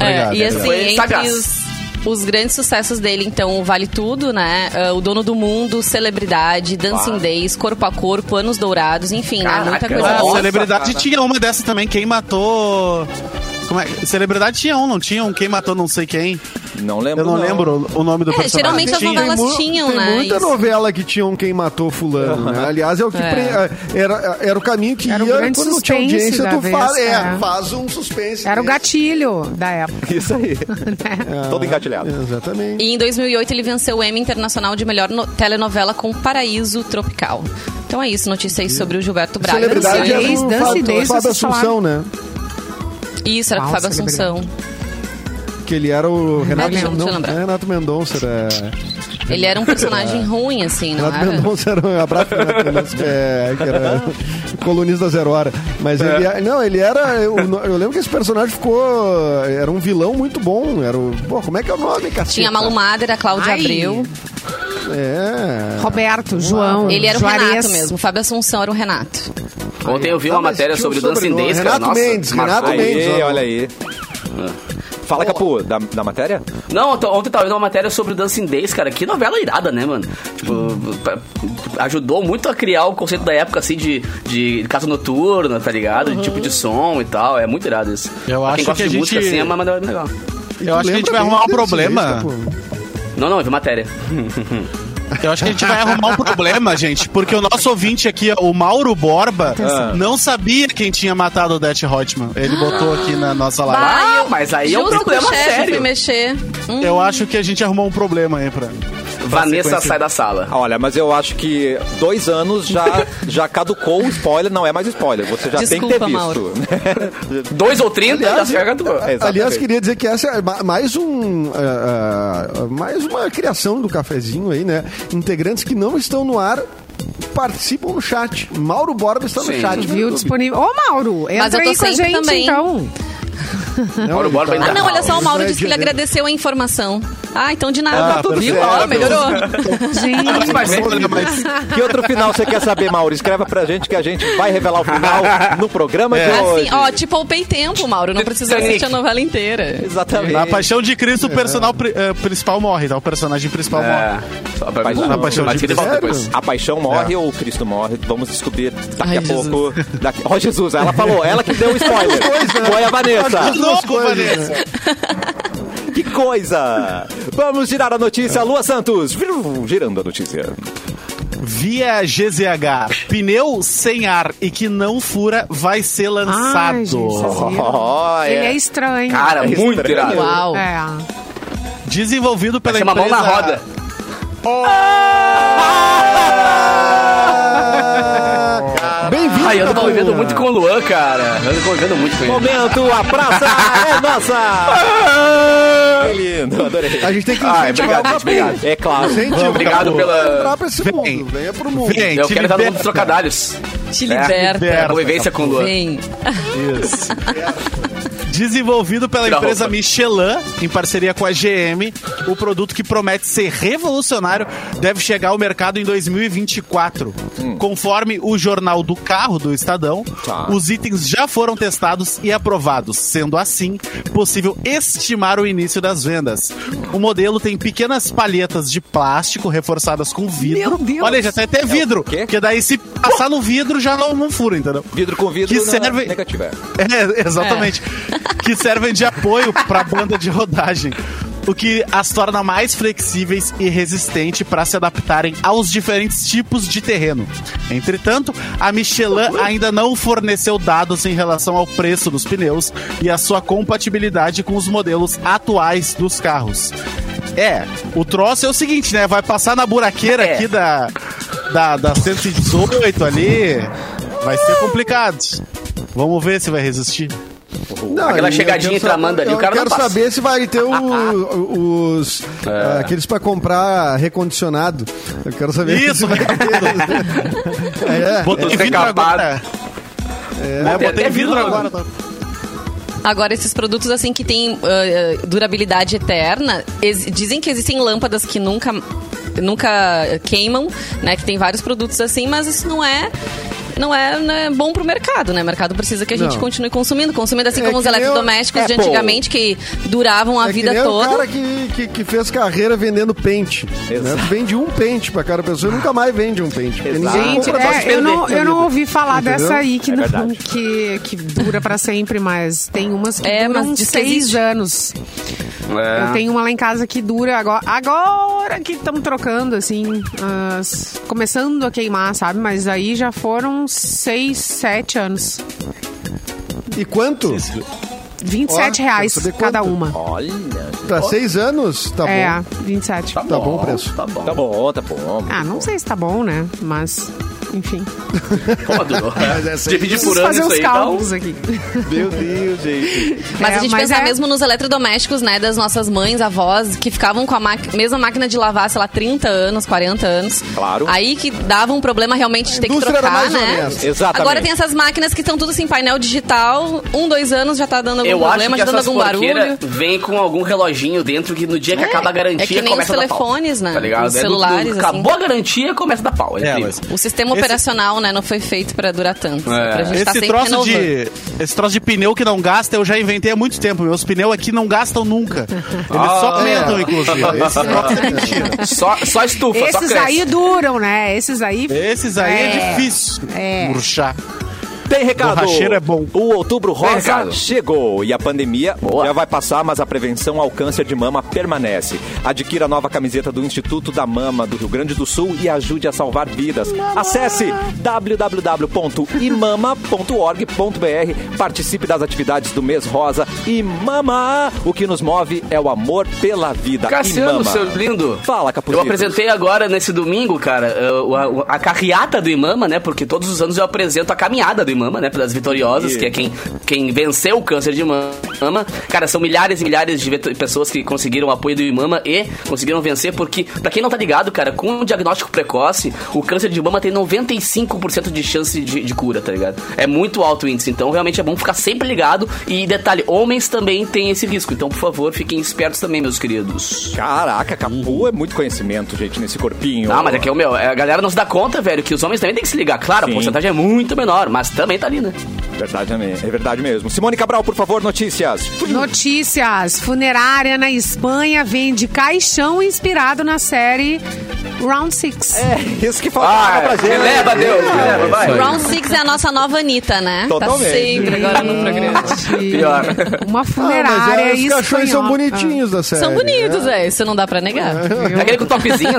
S4: É,
S5: Obrigado.
S4: e assim,
S3: Foi sagaz.
S4: entre os, os grandes sucessos dele, então, o Vale Tudo, né? Ah, o Dono do Mundo, Celebridade, Dancing Days, Corpo a Corpo, Anos Dourados, enfim, né? Muita
S3: Caraca,
S4: coisa
S6: Ah,
S3: Nossa,
S4: boa.
S6: celebridade
S3: cara.
S6: tinha uma dessa também. Quem matou. Como é? Celebridade tinha um, não tinha um? Quem matou não sei quem.
S1: Não lembro.
S6: Eu não lembro o nome do
S4: É,
S6: personagem.
S4: geralmente as
S6: Tinha.
S4: novelas- elas
S5: mu-
S4: tinham,
S5: tem
S4: né,
S5: muita
S4: isso.
S5: novela que tinham quem matou fulano, né? Aliás, é o que
S4: É.
S5: pre- era, era o caminho que
S2: Era o
S5: ia
S2: grande
S5: quando não tinha
S2: suspense
S5: audiência,
S2: da
S5: tu
S2: vez,
S5: faz, é,
S2: é.
S5: faz um suspense.
S2: Era o
S5: desse.
S2: gatilho da época. Né?
S1: Isso aí. Todo engatilhado.
S5: Exatamente.
S4: E em 2008 ele venceu o Emmy Internacional de Melhor no- Telenovela com Paraíso Tropical. Então é isso, notícia aí sobre o Gilberto Braga.
S5: Celebridade é um-
S2: Dancing
S5: era
S4: Não
S5: o
S2: Days, Dancing
S5: Fábio-
S2: Days,
S5: Fábio
S2: vocês
S5: Assunção, né?
S4: sei. Isso, era com o
S2: Qual
S4: Fábio Assunção.
S5: Que ele era o Renato,
S4: lembro,
S5: Mendonça.
S4: deixa eu lembrar.
S5: não, Renato Mendonça. né? Era...
S4: Ele era um personagem ruim, assim, não
S5: Renato
S4: era?
S5: Mendonça era um abraço pro Renato Mendonça, que, é, que era colunista da Zero Hora. Mas
S6: É.
S5: ele, é, não, ele era. Eu, eu lembro que esse personagem ficou. Era um vilão muito bom. Era o, pô, como é que é o nome, cacete?
S4: Tinha a Malu Mader, a Cláudia
S2: Ai.
S4: Abreu.
S5: É.
S2: Roberto, João,
S4: Ele era o
S2: Juarez.
S4: Renato mesmo. Fábio Assunção era o Renato.
S3: Ontem eu vi uma
S5: Ah, mas
S3: matéria
S5: tinha
S3: sobre o
S5: um
S3: Dancing
S5: sobrenome.
S3: Days, cara.
S5: Renato
S3: Nossa,
S5: Mendes,
S3: marcou.
S5: Renato Mendes.
S1: Aí,
S5: Parabéns,
S1: olha aí. Fala, Capu, da, da matéria?
S3: Não, ontem- ontem eu tava vendo uma matéria sobre o Dancing Days, cara. Que novela irada, né, mano? Tipo, pa- ajudou muito a criar o conceito da época, assim, de, de casa noturna, tá ligado? De tipo de som e tal. É muito irado isso.
S6: Eu
S3: Pra
S6: acho
S3: quem gosta
S6: que a
S3: de música,
S6: gente-
S3: assim, é uma maneira bem legal.
S5: E tu
S6: Eu acho que a gente
S5: lembra
S6: vai
S5: bem
S6: arrumar um
S5: desse
S6: problema.
S5: jeito, pô.
S3: Não, não, eu vi matéria.
S6: Eu acho que a gente vai arrumar um problema, gente, porque o nosso ouvinte aqui, o Mauro Borba, Ah. não sabia quem tinha matado o Odete Reutemann. Ele botou aqui na nossa live.
S3: Ah,
S4: eu-
S3: mas aí é um
S4: Junto com o
S3: problema
S4: chefe
S3: sério.
S4: fui mexer. Hum.
S6: Eu acho que a gente arrumou um problema aí pra.
S3: Vanessa
S6: sequência.
S3: sai da sala.
S1: Olha, mas eu acho que dois anos já, já caducou o spoiler, não é mais spoiler. Você já tem que ter
S4: Desculpa, Mauro.
S1: visto.
S3: Dois ou trinta, já se arregatou.
S1: É, exatamente.
S5: Aliás, queria dizer que essa é ma- mais um ah, ah, mais uma criação do cafezinho aí, né? Integrantes que não estão no ar participam no chat. Mauro Borba está no
S3: Sim.
S5: chat.
S2: Viu
S5: no YouTube.
S2: disponível. Ô, Mauro, entra
S4: Mas eu tô
S2: aí com a
S4: sempre
S2: gente,
S4: também.
S2: então.
S5: Não,
S3: Mauro
S5: ele
S3: Borba
S5: tá-
S3: ainda
S4: Ah, não, olha só, o Mauro
S5: Ele
S4: disse que ele
S5: vai-
S4: agradeceu a informação. Ah, então de nada.
S5: Ah, tudo
S4: Viu?
S5: certo.
S4: Ó, melhorou.
S2: Gente,
S6: um
S1: Que outro final você quer saber, Mauro? Escreva pra gente que a gente vai revelar o final no programa de hoje.
S4: Assim, ó, te poupei tempo, Mauro. Não precisa assistir a novela inteira.
S6: Na
S1: Exatamente.
S6: Paixão de Cristo, o personal pri- eh, principal morre, tá? O personagem principal morre.
S3: É. Só pra
S1: Mas,
S3: avisar.
S1: na
S6: paixão
S3: Mas
S6: de
S3: fica de volta
S5: Cristo.
S3: depois.
S1: A paixão morre ou o Cristo morre? Vamos descobrir daqui
S4: Ai,
S1: a
S4: Jesus.
S1: pouco. Daqui... Ó, Jesus, ela falou, ela que deu o spoiler. Foi a Vanessa.
S3: Tá.
S6: De novo, Vanessa.
S1: Que coisa! Vamos girar a notícia, Lua Santos. Viu? Girando a notícia.
S6: Via GZH, pneu sem ar e que não fura vai ser lançado.
S2: Ai, gente, vocês viram?
S1: Ó, é.
S2: Ele é estranho.
S3: Cara,
S1: É
S3: muito
S1: estranho.
S3: irado.
S4: Uau.
S2: É.
S6: Desenvolvido pela
S3: Vai ser uma mão
S6: empresa...
S3: na roda.
S5: Bem-vindo.
S3: Ai, eu ando
S5: Cadu.
S3: convivendo muito com o Luan, cara. Eu ando convivendo muito com ele.
S1: Momento, a praça é nossa! Que lindo, adorei.
S5: A gente tem que
S1: Ai,
S5: incentivar
S1: obrigado,
S5: o
S1: gente, obrigado. É claro.
S5: Incentivo,
S3: Obrigado
S5: Cadu.
S3: pela-
S5: Vem pra esse
S6: Vem.
S5: mundo. Venha pro mundo.
S6: Vem,
S3: Eu
S6: te
S3: quero estar no mundo
S6: liberta.
S3: dos trocadalhos.
S4: Te liberta.
S6: liberta.
S3: Convivência com o Luan.
S4: Vem.
S6: Isso. Desenvolvido pela
S3: Tira a
S6: empresa
S3: roupa.
S6: Michelin, em parceria com a GM, o produto que promete ser revolucionário deve chegar ao mercado em 2024.
S3: Hum.
S6: Conforme o jornal do carro do Estadão,
S1: Tá.
S6: os itens já foram testados e aprovados. Sendo assim, possível estimar o início das vendas. O modelo tem pequenas palhetas de plástico reforçadas com vidro.
S2: Meu Deus!
S6: Olha, já tem
S3: É
S6: até vidro.
S1: quê?
S6: Porque daí se passar no vidro já não, não fura, entendeu?
S1: Vidro com vidro,
S6: Que
S1: não,
S6: serve-
S1: negativo. é.
S6: É, exatamente. Que servem de apoio para a banda de rodagem. O que as torna mais flexíveis e resistentes para se adaptarem aos diferentes tipos de terreno. Entretanto, a Michelin ainda não forneceu dados em relação ao preço dos pneus e a sua compatibilidade com os modelos atuais dos carros. É, o troço é o seguinte, né? Vai passar na buraqueira
S3: É.
S6: aqui da, da, da 118 ali. Vai ser complicado. Vamos ver se vai resistir.
S5: Não,
S3: Aquela
S5: e
S3: chegadinha
S5: eu quero
S3: entre a Amanda ali,
S5: eu
S3: o cara não
S5: quero
S3: passa. É.
S5: saber se vai ter o- os. ah, aqueles pra comprar recondicionado. Eu quero saber.
S6: Isso,
S5: se vai ter. é,
S6: Botei
S3: Esse é
S6: vidro
S3: capado.
S6: agora. É,
S3: Botei
S6: botei
S3: até
S6: vidro
S3: vidro
S6: agora.
S4: Agora, esses produtos assim que têm ah, ah, durabilidade eterna, ex- dizem que existem lâmpadas que nunca, nunca queimam, né? Que tem vários produtos assim, mas isso não é. Não é né, bom pro mercado, né? O mercado precisa que a gente
S5: Não.
S4: continue consumindo. Consumindo assim
S5: É
S4: como os
S5: que nem o
S4: eletrodomésticos de
S5: Apple.
S4: antigamente, que duravam a
S5: é que
S4: vida
S5: nem
S4: toda.
S5: o cara que, que, que fez carreira vendendo pente. Né?
S1: Exato.
S5: Tu vende um pente pra cada pessoa e nunca mais vende um pente. porque
S1: Exato.
S5: ninguém
S2: Gente,
S5: compra pra se
S2: é, eu, não,
S5: vender.
S2: eu não ouvi falar
S5: Entendeu?
S2: dessa aí que,
S1: É
S2: não,
S1: verdade.
S2: que, que dura pra sempre, mas tem umas que
S4: É,
S2: duram
S4: mas diz que
S2: seis
S4: existe.
S2: anos.
S5: É.
S2: Eu
S3: É.
S2: tenho uma lá em casa que dura agora, agora que estamos trocando, assim, as- começando a queimar, sabe? Mas aí já foram seis, sete anos.
S5: E quanto?
S2: 27
S5: Ó,
S2: reais
S5: quer saber
S2: cada
S5: quanto?
S2: uma.
S1: Olha.
S5: Pra seis anos? Tá
S2: é,
S5: bom.
S2: 27.
S5: Tá bom o preço.
S3: Tá bom.
S1: Tá bom, tá bom.
S2: Ah, não sei se tá bom, né? Mas, enfim.
S3: Pô, Dudu.
S5: essa aí- então.
S3: Dividir
S2: Preciso
S3: por ano
S2: fazer
S3: isso
S2: uns
S3: aí, dá um-
S2: cálculos né? aqui.
S1: Meu Deus, gente.
S4: Mas
S2: É,
S4: a gente
S2: mas
S4: pensar
S2: é-
S4: mesmo nos eletrodomésticos, né, das nossas mães, avós, que ficavam com a ma- mesma máquina de lavar, sei lá, 30 anos, 40 anos.
S1: Claro.
S4: Aí que dava um problema realmente de ter que
S5: indústria era
S4: trocar,
S5: mais
S4: né?
S5: honesta.
S1: Exatamente.
S4: Agora tem essas máquinas que estão tudo assim, painel digital, um, dois anos já tá dando algum
S3: Eu acho
S4: problema,
S3: que
S4: já dando
S3: essas
S4: algum barulho.
S3: porqueiras vêm com algum reloginho dentro que no dia que acaba a garantia
S4: é que nem
S3: começa
S4: os
S3: a dar pau.
S4: telefones, né?
S3: Tá ligado?
S4: Os
S3: É do- do-
S4: celulares, assim.
S3: Acabou a garantia, começa a dar pau. É,
S6: É,
S3: incrível.
S6: mas-
S4: O sistema
S6: Esse-
S4: operacional, né, não foi feito pra durar tanto.
S3: É.
S4: Pra gente tá
S6: Esse
S4: sempre
S6: troço,
S4: renovando.
S6: de, esse troço de pneu que não gasta, eu já inventei há muito tempo. Meus pneus aqui não gastam nunca. Eles só aumentam,
S5: é.
S6: inclusive. Esse troço é mentira.
S3: Só, só estufa, só
S2: Esses
S3: cresce.
S2: aí duram, né? Esses aí.
S6: Esses aí é, difícil
S2: É.
S6: murchar.
S1: Tem recado.
S6: Borracheiro é bom.
S1: O outubro
S3: Tem
S1: rosa
S3: recado.
S1: chegou e a pandemia
S3: Boa.
S1: já vai passar, mas a prevenção ao câncer de mama permanece. Adquira a nova camiseta do Instituto da Mama do Rio Grande do Sul e ajude a salvar vidas. Acesse www.imama.org.br. Participe das atividades do mês rosa e mama. O que nos move é o amor pela vida.
S3: Cassiano,
S1: Imama.
S3: seu lindo.
S1: Fala, Capuzinho.
S3: Eu apresentei agora, nesse domingo, cara, eh, o- a, a carreata do Imama, né? Porque todos os anos eu apresento a caminhada do mama, né? Das vitoriosas, que é quem, quem venceu o câncer de mama. Cara, são milhares e milhares de veto- pessoas que conseguiram o apoio do Imama e conseguiram vencer, porque, pra quem não tá ligado, cara, com o diagnóstico precoce, o câncer de mama tem 95% de chance de, de cura, tá ligado? É muito alto o índice, então realmente é bom ficar sempre ligado. E detalhe, homens também têm esse risco, então, por favor, fiquem espertos também, meus queridos.
S1: Caraca, Capu é muito conhecimento, gente, nesse corpinho.
S3: Ah, Uhum. mas é que o meu, a galera não se dá conta, velho, que os homens também têm que se ligar. Claro,
S1: Sim.
S3: a porcentagem é muito menor, mas também tá ali, né?
S1: Verdade, né? é verdade mesmo. Simone Cabral, por favor, notícias.
S2: Notícias. Funerária na Espanha vende caixão inspirado na série Round Six.
S4: É,
S1: Isso que faltava pra gente.
S3: Eleva, Deus, eleva, vai.
S4: Round 6 é a nossa nova Anitta, né?
S1: Totalmente.
S4: Tá sempre agora no programa.
S2: Pior. Uma funerária
S5: Ah, é, os
S2: espanhola.
S5: cachorros são bonitinhos
S2: Ah.
S5: da série.
S4: São bonitos, é. Isso não dá pra negar.
S3: É aquele com topzinho,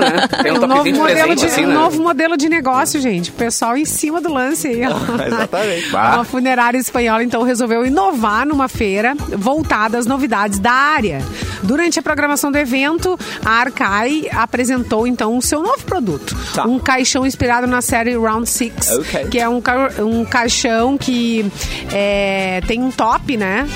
S3: né? Tem um,
S2: Um novo,
S3: topzinho de
S2: modelo
S3: presente,
S2: de,
S3: assim,
S2: um
S3: né?
S2: novo modelo de negócio, gente. O pessoal em cima do lance aí. ó.
S1: Exatamente.
S2: Uma funerária espanhola, então, resolveu inovar numa feira voltada às novidades da área. Durante a programação do evento, a Arcai apresentou, então, o seu novo produto.
S1: Tá.
S2: Um caixão inspirado na série Round Six,
S1: Ok.
S2: que é um, ca- um caixão que é, tem um top, né?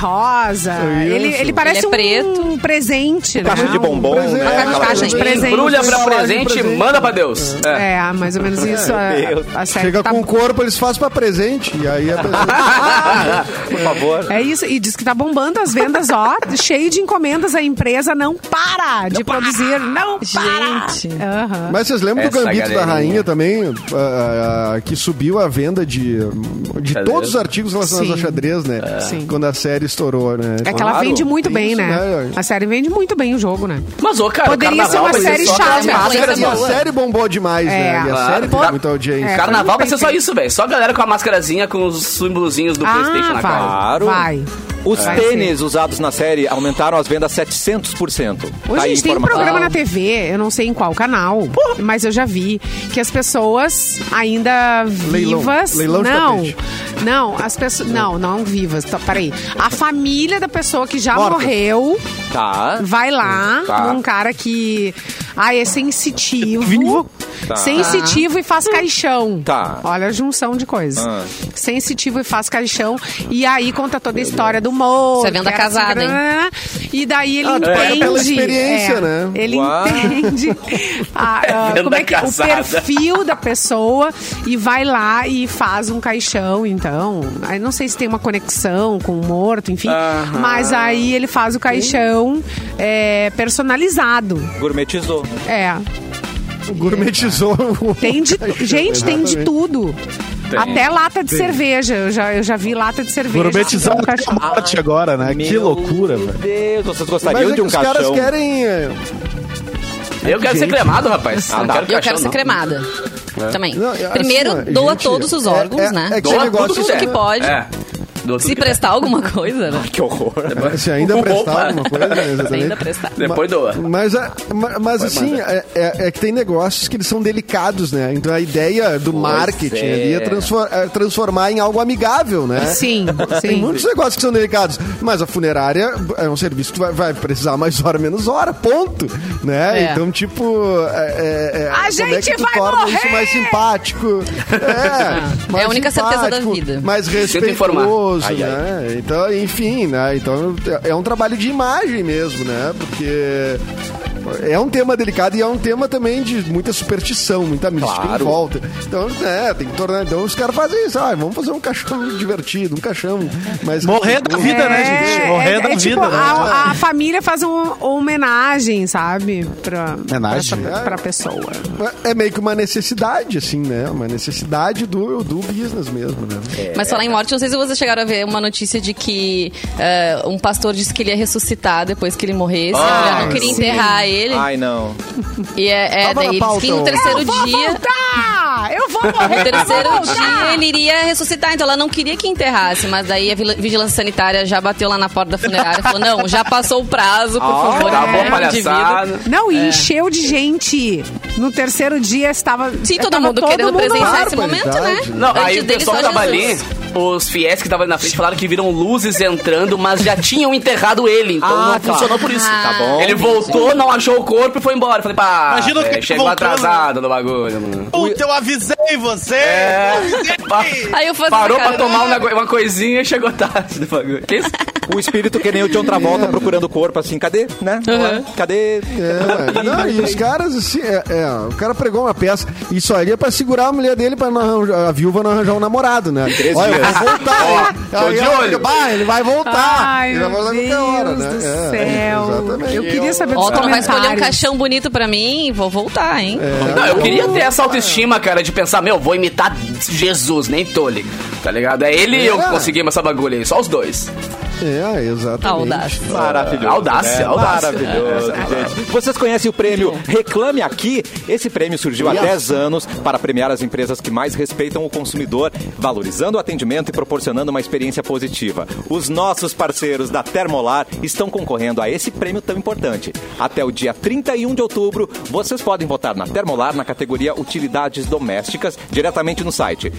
S2: Cor-de-rosa.
S5: Isso.
S2: Ele, ele parece
S4: Ele é
S2: um
S4: preto.
S2: presente,
S1: Caixa
S2: né?
S1: Um de bombom,
S5: presente.
S1: né?
S5: Uma
S1: Aquela
S2: caixa de
S1: coisa.
S2: presente.
S3: Embrulha pra um
S5: Embalagem de
S3: presente,
S5: presente.
S3: manda pra Deus. É.
S2: É, mais ou menos isso.
S1: Deus.
S2: a, a série
S5: Chega
S2: tá
S5: com o corpo, eles fazem pra presente. E aí é presente.
S1: Por favor.
S2: É isso, e diz que tá bombando as vendas, ó, cheio de encomendas, a empresa não para de produzir, não para.
S4: Gente.
S2: Aham.
S5: Mas vocês lembram
S3: Essa
S5: do Gambito da
S3: galerinha.
S5: Rainha também? ah, ah, que subiu a venda de, de
S3: Xadrez.
S5: todos os artigos relacionados
S2: Sim. É.
S5: ao xadrez, né?
S2: Sim.
S5: Quando a série estourou, né?
S2: É que ela
S1: Claro,
S2: vende muito bem,
S5: isso,
S2: né?
S5: né?
S2: A série vende muito bem o jogo, né?
S3: Mas, ô, cara,
S2: Poderia
S3: o carnaval
S2: ser uma
S3: vai
S2: série
S3: só
S2: chata.
S3: máscara
S4: Coisa
S5: E a
S4: boa.
S5: série bombou demais, né?
S2: É.
S5: E a
S3: Claro.
S5: série teve
S3: Pô,
S5: muita audiência.
S2: É,
S3: Carnaval vai ser só
S2: Perfeito.
S3: isso, velho. Só a galera com a mascarazinha com os símbolozinhos do PlayStation é
S2: Ah,
S3: na
S2: vai,
S3: cara.
S1: Claro.
S2: vai.
S1: Os
S2: Vai
S1: tênis usados na série aumentaram as vendas 700%.
S2: Hoje
S1: Tá
S2: a
S1: aí
S2: gente tem um
S1: informação.
S2: programa na TV, eu não sei em qual canal, mas eu já vi que as pessoas ainda
S5: Leilão.
S2: vivas.
S5: Leilão de
S2: não.
S5: tapete.
S2: Não, as pessoas. Não, não vivas. Tá, peraí. A família da pessoa que já
S5: Morta.
S2: morreu
S1: Tá.
S2: vai lá
S1: Tá.
S2: num cara que ah, é sensitivo.
S5: Vivo.
S1: Tá.
S2: Sensitivo e faz caixão.
S1: Tá.
S2: Olha a junção de coisas.
S1: Ah.
S2: Sensitivo e faz caixão. E aí conta toda a história do moço.
S4: Isso é venda
S2: que era assim,
S4: casada, hein?
S2: nananana. E daí ele
S5: Ah, pega
S2: entende.
S5: pela experiência,
S2: é,
S5: né?
S2: Ele
S1: Uau.
S2: entende a- a-
S3: Venda
S2: como é que, o
S3: casada.
S2: perfil da pessoa e vai lá e faz um caixão, então. Aí não sei se tem uma conexão com o morto, enfim.
S3: Aham.
S2: Mas aí ele faz o caixão é, personalizado.
S1: Gourmetizou.
S2: É.
S5: Gourmetizou o...
S2: Tem de, gente, tem de
S5: Exatamente.
S2: tudo. Até lata de cerveja. Eu já, eu já vi lata de cerveja.
S6: Gourmetizando
S2: com
S6: até a
S2: caixão.
S3: Ah,
S6: morte agora, né? que
S1: Meu
S6: loucura, velho.
S1: Deus, vocês gostariam
S5: Mas é
S1: de
S5: que
S1: um
S5: os caras
S1: caixão?
S5: querem... eh,
S3: Eu quero ser cremado, rapaz.
S1: Ah,
S3: não
S1: tá.
S3: quero
S4: Eu
S3: caixão,
S4: quero ser
S3: não.
S4: cremada. Também.
S5: Não, assim,
S4: Primeiro,
S5: ó,
S4: doa
S5: gente,
S4: todos os
S5: é-
S4: órgãos,
S5: é-
S4: né?
S5: é que
S3: Doa
S5: negócio
S3: tudo
S5: que
S3: der.
S4: que pode.
S3: É. Doa tudo
S4: Se
S3: que der.
S4: prestar alguma coisa, né?
S1: Que horror.
S5: Se ainda
S3: Opa.
S5: prestar alguma coisa, né?
S4: Se ainda
S5: Exatamente.
S4: prestar.
S3: Depois doa.
S5: Mas, a- ma- mas assim, é, é- é que tem negócios que eles são delicados, né? Então a ideia do marketing
S1: é.
S5: ali é, transfor- é transformar em algo amigável,
S3: é?
S5: né?
S2: Sim,
S5: Tem
S2: sim.
S5: muitos negócios que são delicados, mas a funerária é um serviço que tu vai, vai precisar mais hora, menos hora, ponto, né?
S4: É.
S5: Então, tipo, é, é, é,
S2: A gente
S5: tu
S2: vai
S5: torna
S2: morrer!
S5: isso mais simpático? É, mais
S4: É a única certeza da vida.
S5: Mais
S3: informar.
S5: respeitoso,
S3: Ai, ai.
S5: né? Então, enfim, né? Então, é um trabalho de imagem mesmo, né? Porque... É um tema delicado e é um tema também de muita superstição, muita mística
S1: Claro.
S5: em volta. Então, é, tem que tornar. Então, os caras fazem isso. Ah, vamos fazer um caixão divertido, um caixão. É Mas
S6: Morrer da vida, né, gente? Morrer
S2: é
S6: da vida,
S2: tipo,
S6: né?
S2: a, a família faz um- uma homenagem, sabe? Pra,
S6: Homenagem?
S2: Pra, essa- pra pessoa.
S5: É meio que uma necessidade, assim, né? Uma necessidade do, do business mesmo, né?
S4: Mas falar em morte, não sei se vocês chegaram a ver uma notícia de que eh, um pastor disse que ele ia ressuscitar depois que ele morresse.
S1: Ah,
S4: ele já não queria
S5: sim.
S4: enterrar ele.
S1: Ai, não.
S4: E é, é
S5: Tava na
S4: daí diz
S5: pauta,
S4: que no
S5: ó.
S4: terceiro
S2: eu vou
S4: dia.
S2: voltar! Eu vou morrer!
S4: No terceiro
S2: eu vou voltar!
S4: dia ele iria ressuscitar, então ela não queria que enterrasse, mas daí a vila- vigilância sanitária já bateu lá na porta da funerária e falou: não, já passou o prazo, por
S1: Ah,
S4: favor,
S3: Tá
S4: enterra
S3: bom,
S4: o
S2: É,
S4: indivíduo."
S3: palhaçada.
S2: Não, e
S4: É.
S2: encheu de gente. No terceiro dia estava.
S4: Sim, todo
S2: estava
S4: mundo querendo presenciar
S2: lá.
S4: esse momento, né?
S5: Barbaridade.
S3: Não,
S4: Antes
S3: aí o
S4: dele,
S3: pessoal
S4: só
S3: que tava ali,
S4: Jesus.
S3: os fiéis que estavam ali na frente falaram que viram luzes entrando, mas já tinham enterrado ele, então
S1: Ah,
S3: não
S1: tá.
S3: funcionou por isso.
S1: Tá bom.
S3: Ele voltou, não achou o corpo e foi embora. Falei, pá,
S6: Imagina o
S3: velho,
S6: que né? ele
S3: chegou
S6: voltou,
S3: atrasado no bagulho, mano.
S6: Puta, eu avisei você! tá né? Eu avisei
S4: Aí eu assim, faço
S3: Parou
S4: essa
S3: pra
S4: cara.
S3: tomar um uma, uma coisinha e chegou tarde do bagulho. Que isso?
S1: O espírito que nem o John Travolta procurando o corpo, assim, cadê, né?
S4: Uhum.
S1: Cadê?
S5: É, ué. não, e os caras, assim, é, é, o cara pregou uma peça e só iria pra segurar a mulher dele, pra não arranjar- a viúva não arranjar um namorado, né?
S1: três
S5: Olha, eu
S1: dias.
S5: vou voltar.
S3: Ó, tô
S5: Aí
S3: de
S5: ela fica,
S3: olho.
S5: "Bah, ele vai voltar.
S2: Ai,
S5: ele
S2: meu
S5: vai voltar qualquer
S2: Deus
S5: hora, né?
S2: do
S5: É,
S2: céu.
S5: exatamente.
S2: Eu queria saber
S4: Ó,
S2: dos
S4: tu vai escolher um
S2: comentários.
S4: caixão bonito pra mim e vou voltar, hein?
S6: É,
S3: Não,
S6: tá
S3: eu queria ter essa autoestima, cara, de pensar, meu, vou imitar Jesus, nem Tole. Tá ligado? É ele e eu que conseguimos essa bagulha aí, só os dois.
S5: É, exatamente.
S4: Audaz.
S1: Maravilhoso.
S3: Audácia,
S1: né?
S3: audácia. É.
S1: Maravilhoso, gente. Vocês conhecem o prêmio Reclame Aqui? Esse prêmio surgiu há 10 anos para premiar as empresas que mais respeitam o consumidor, valorizando o atendimento e proporcionando uma experiência positiva. Os nossos parceiros da Termolar estão concorrendo a esse prêmio tão importante. Até o dia 31 de outubro, vocês podem votar na Termolar na categoria Utilidades Domésticas diretamente no site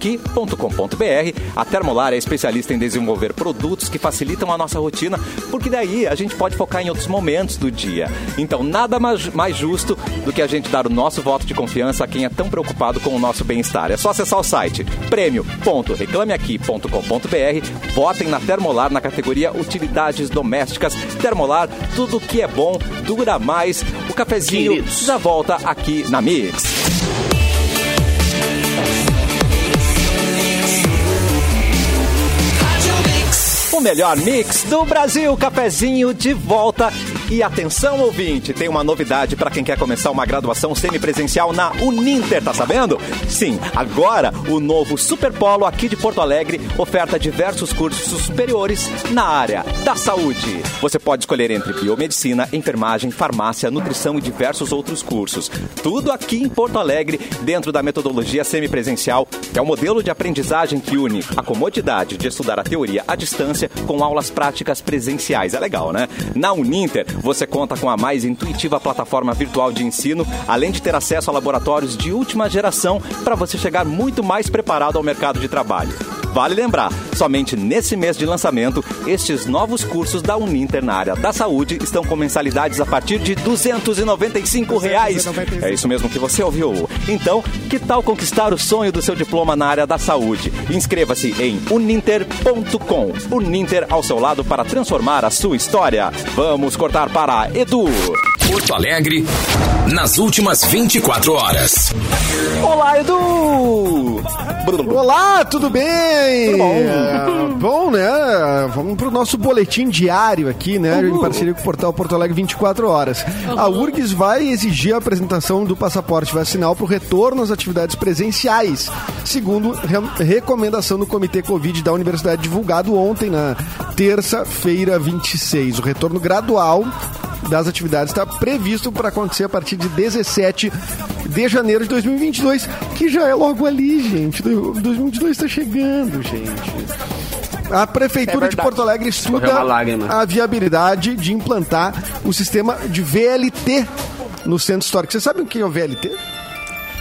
S1: prêmio.reclameaqui.com.br. A Termolar é especialista em desenvolver produtos que facilitam a nossa rotina, porque daí a gente pode focar em outros momentos do dia. Então, nada mais, mais justo do que a gente dar o nosso voto de confiança a quem é tão preocupado com o nosso bem-estar. É só acessar o site prêmio.reclameaqui.com.br. Votem na Termolar na categoria Utilidades Domésticas. Termolar, tudo que é bom dura mais. O cafezinho
S3: Queridos.
S1: já volta aqui na Mix. O melhor mix do Brasil, cafezinho de volta. E atenção, ouvinte, tem uma novidade para quem quer começar uma graduação semipresencial na Uninter, tá sabendo? Sim, agora o novo Superpolo aqui de Porto Alegre oferta diversos cursos superiores na área da saúde. Você pode escolher entre biomedicina, enfermagem, farmácia, nutrição e diversos outros cursos. Tudo aqui em Porto Alegre, dentro da metodologia semipresencial, que é o modelo de aprendizagem que une a comodidade de estudar a teoria à distância com aulas práticas presenciais. É legal, né? Na Uninter, você conta com a mais intuitiva plataforma virtual de ensino, além de ter acesso a laboratórios de última geração para você chegar muito mais preparado ao mercado de trabalho. Vale lembrar, somente nesse mês de lançamento, estes novos cursos da Uninter na área da saúde estão com mensalidades a partir de R$ 295 reais. É isso mesmo que você ouviu. Então, que tal conquistar o sonho do seu diploma na área da saúde? Inscreva-se em uninter.com. Uninter ao seu lado para transformar a sua história. Vamos cortar para Edu.
S7: Porto Alegre, nas últimas 24 horas.
S1: Olá, Edu!
S5: Olá, tudo bem? Tudo
S1: bom?
S5: bom, né? Vamos pro nosso boletim diário aqui, né? Em parceria com o portal Porto Alegre 24 horas. A URGS vai exigir a apresentação do passaporte vacinal para o retorno às atividades presenciais, segundo re- recomendação do Comitê Covid da Universidade, divulgado ontem, na terça-feira 26. O retorno gradual das atividades está previsto para acontecer a partir de 17 de janeiro de 2022, que já é logo ali, gente. Do- 2022 está tá chegando, gente. A Prefeitura de Porto Alegre
S3: Escorreu É uma
S5: estuda
S3: lágrima.
S5: a viabilidade de implantar o sistema de VLT no centro histórico. Vocês sabem o que é o VLT?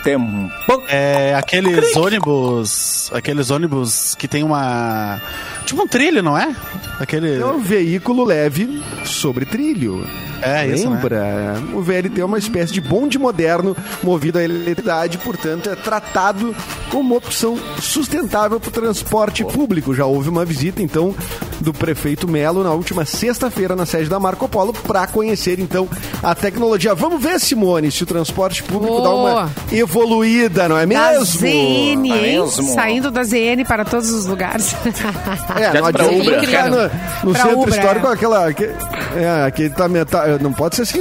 S1: Tempo.
S6: É, aqueles ônibus. Aqueles ônibus que tem uma. Tipo um trilho, não é? Aquele.
S5: É um veículo leve sobre trilho.
S6: É, isso, né?
S5: Lembra? O VLT é uma espécie de bonde moderno movido à eletricidade, portanto, é tratado como uma opção sustentável para o transporte público. Já houve uma visita, então, do prefeito Melo na última sexta-feira na sede da Marco Polo para conhecer, então, a tecnologia. Vamos ver, Simone, se o transporte público dá uma
S2: Boa.
S5: evoluída, não é
S2: Da
S5: mesmo? Tá
S2: ZN,
S1: É
S2: hein?
S1: mesmo?
S2: Saindo da ZN para todos os lugares.
S5: É,
S3: Já
S5: não
S3: pra
S5: adianta
S3: Ubra.
S5: ficar no, no
S2: Pra
S5: centro
S2: Ubra,
S5: histórico
S2: é.
S5: aquela. Que, é, aquele tá meta- não pode ser assim,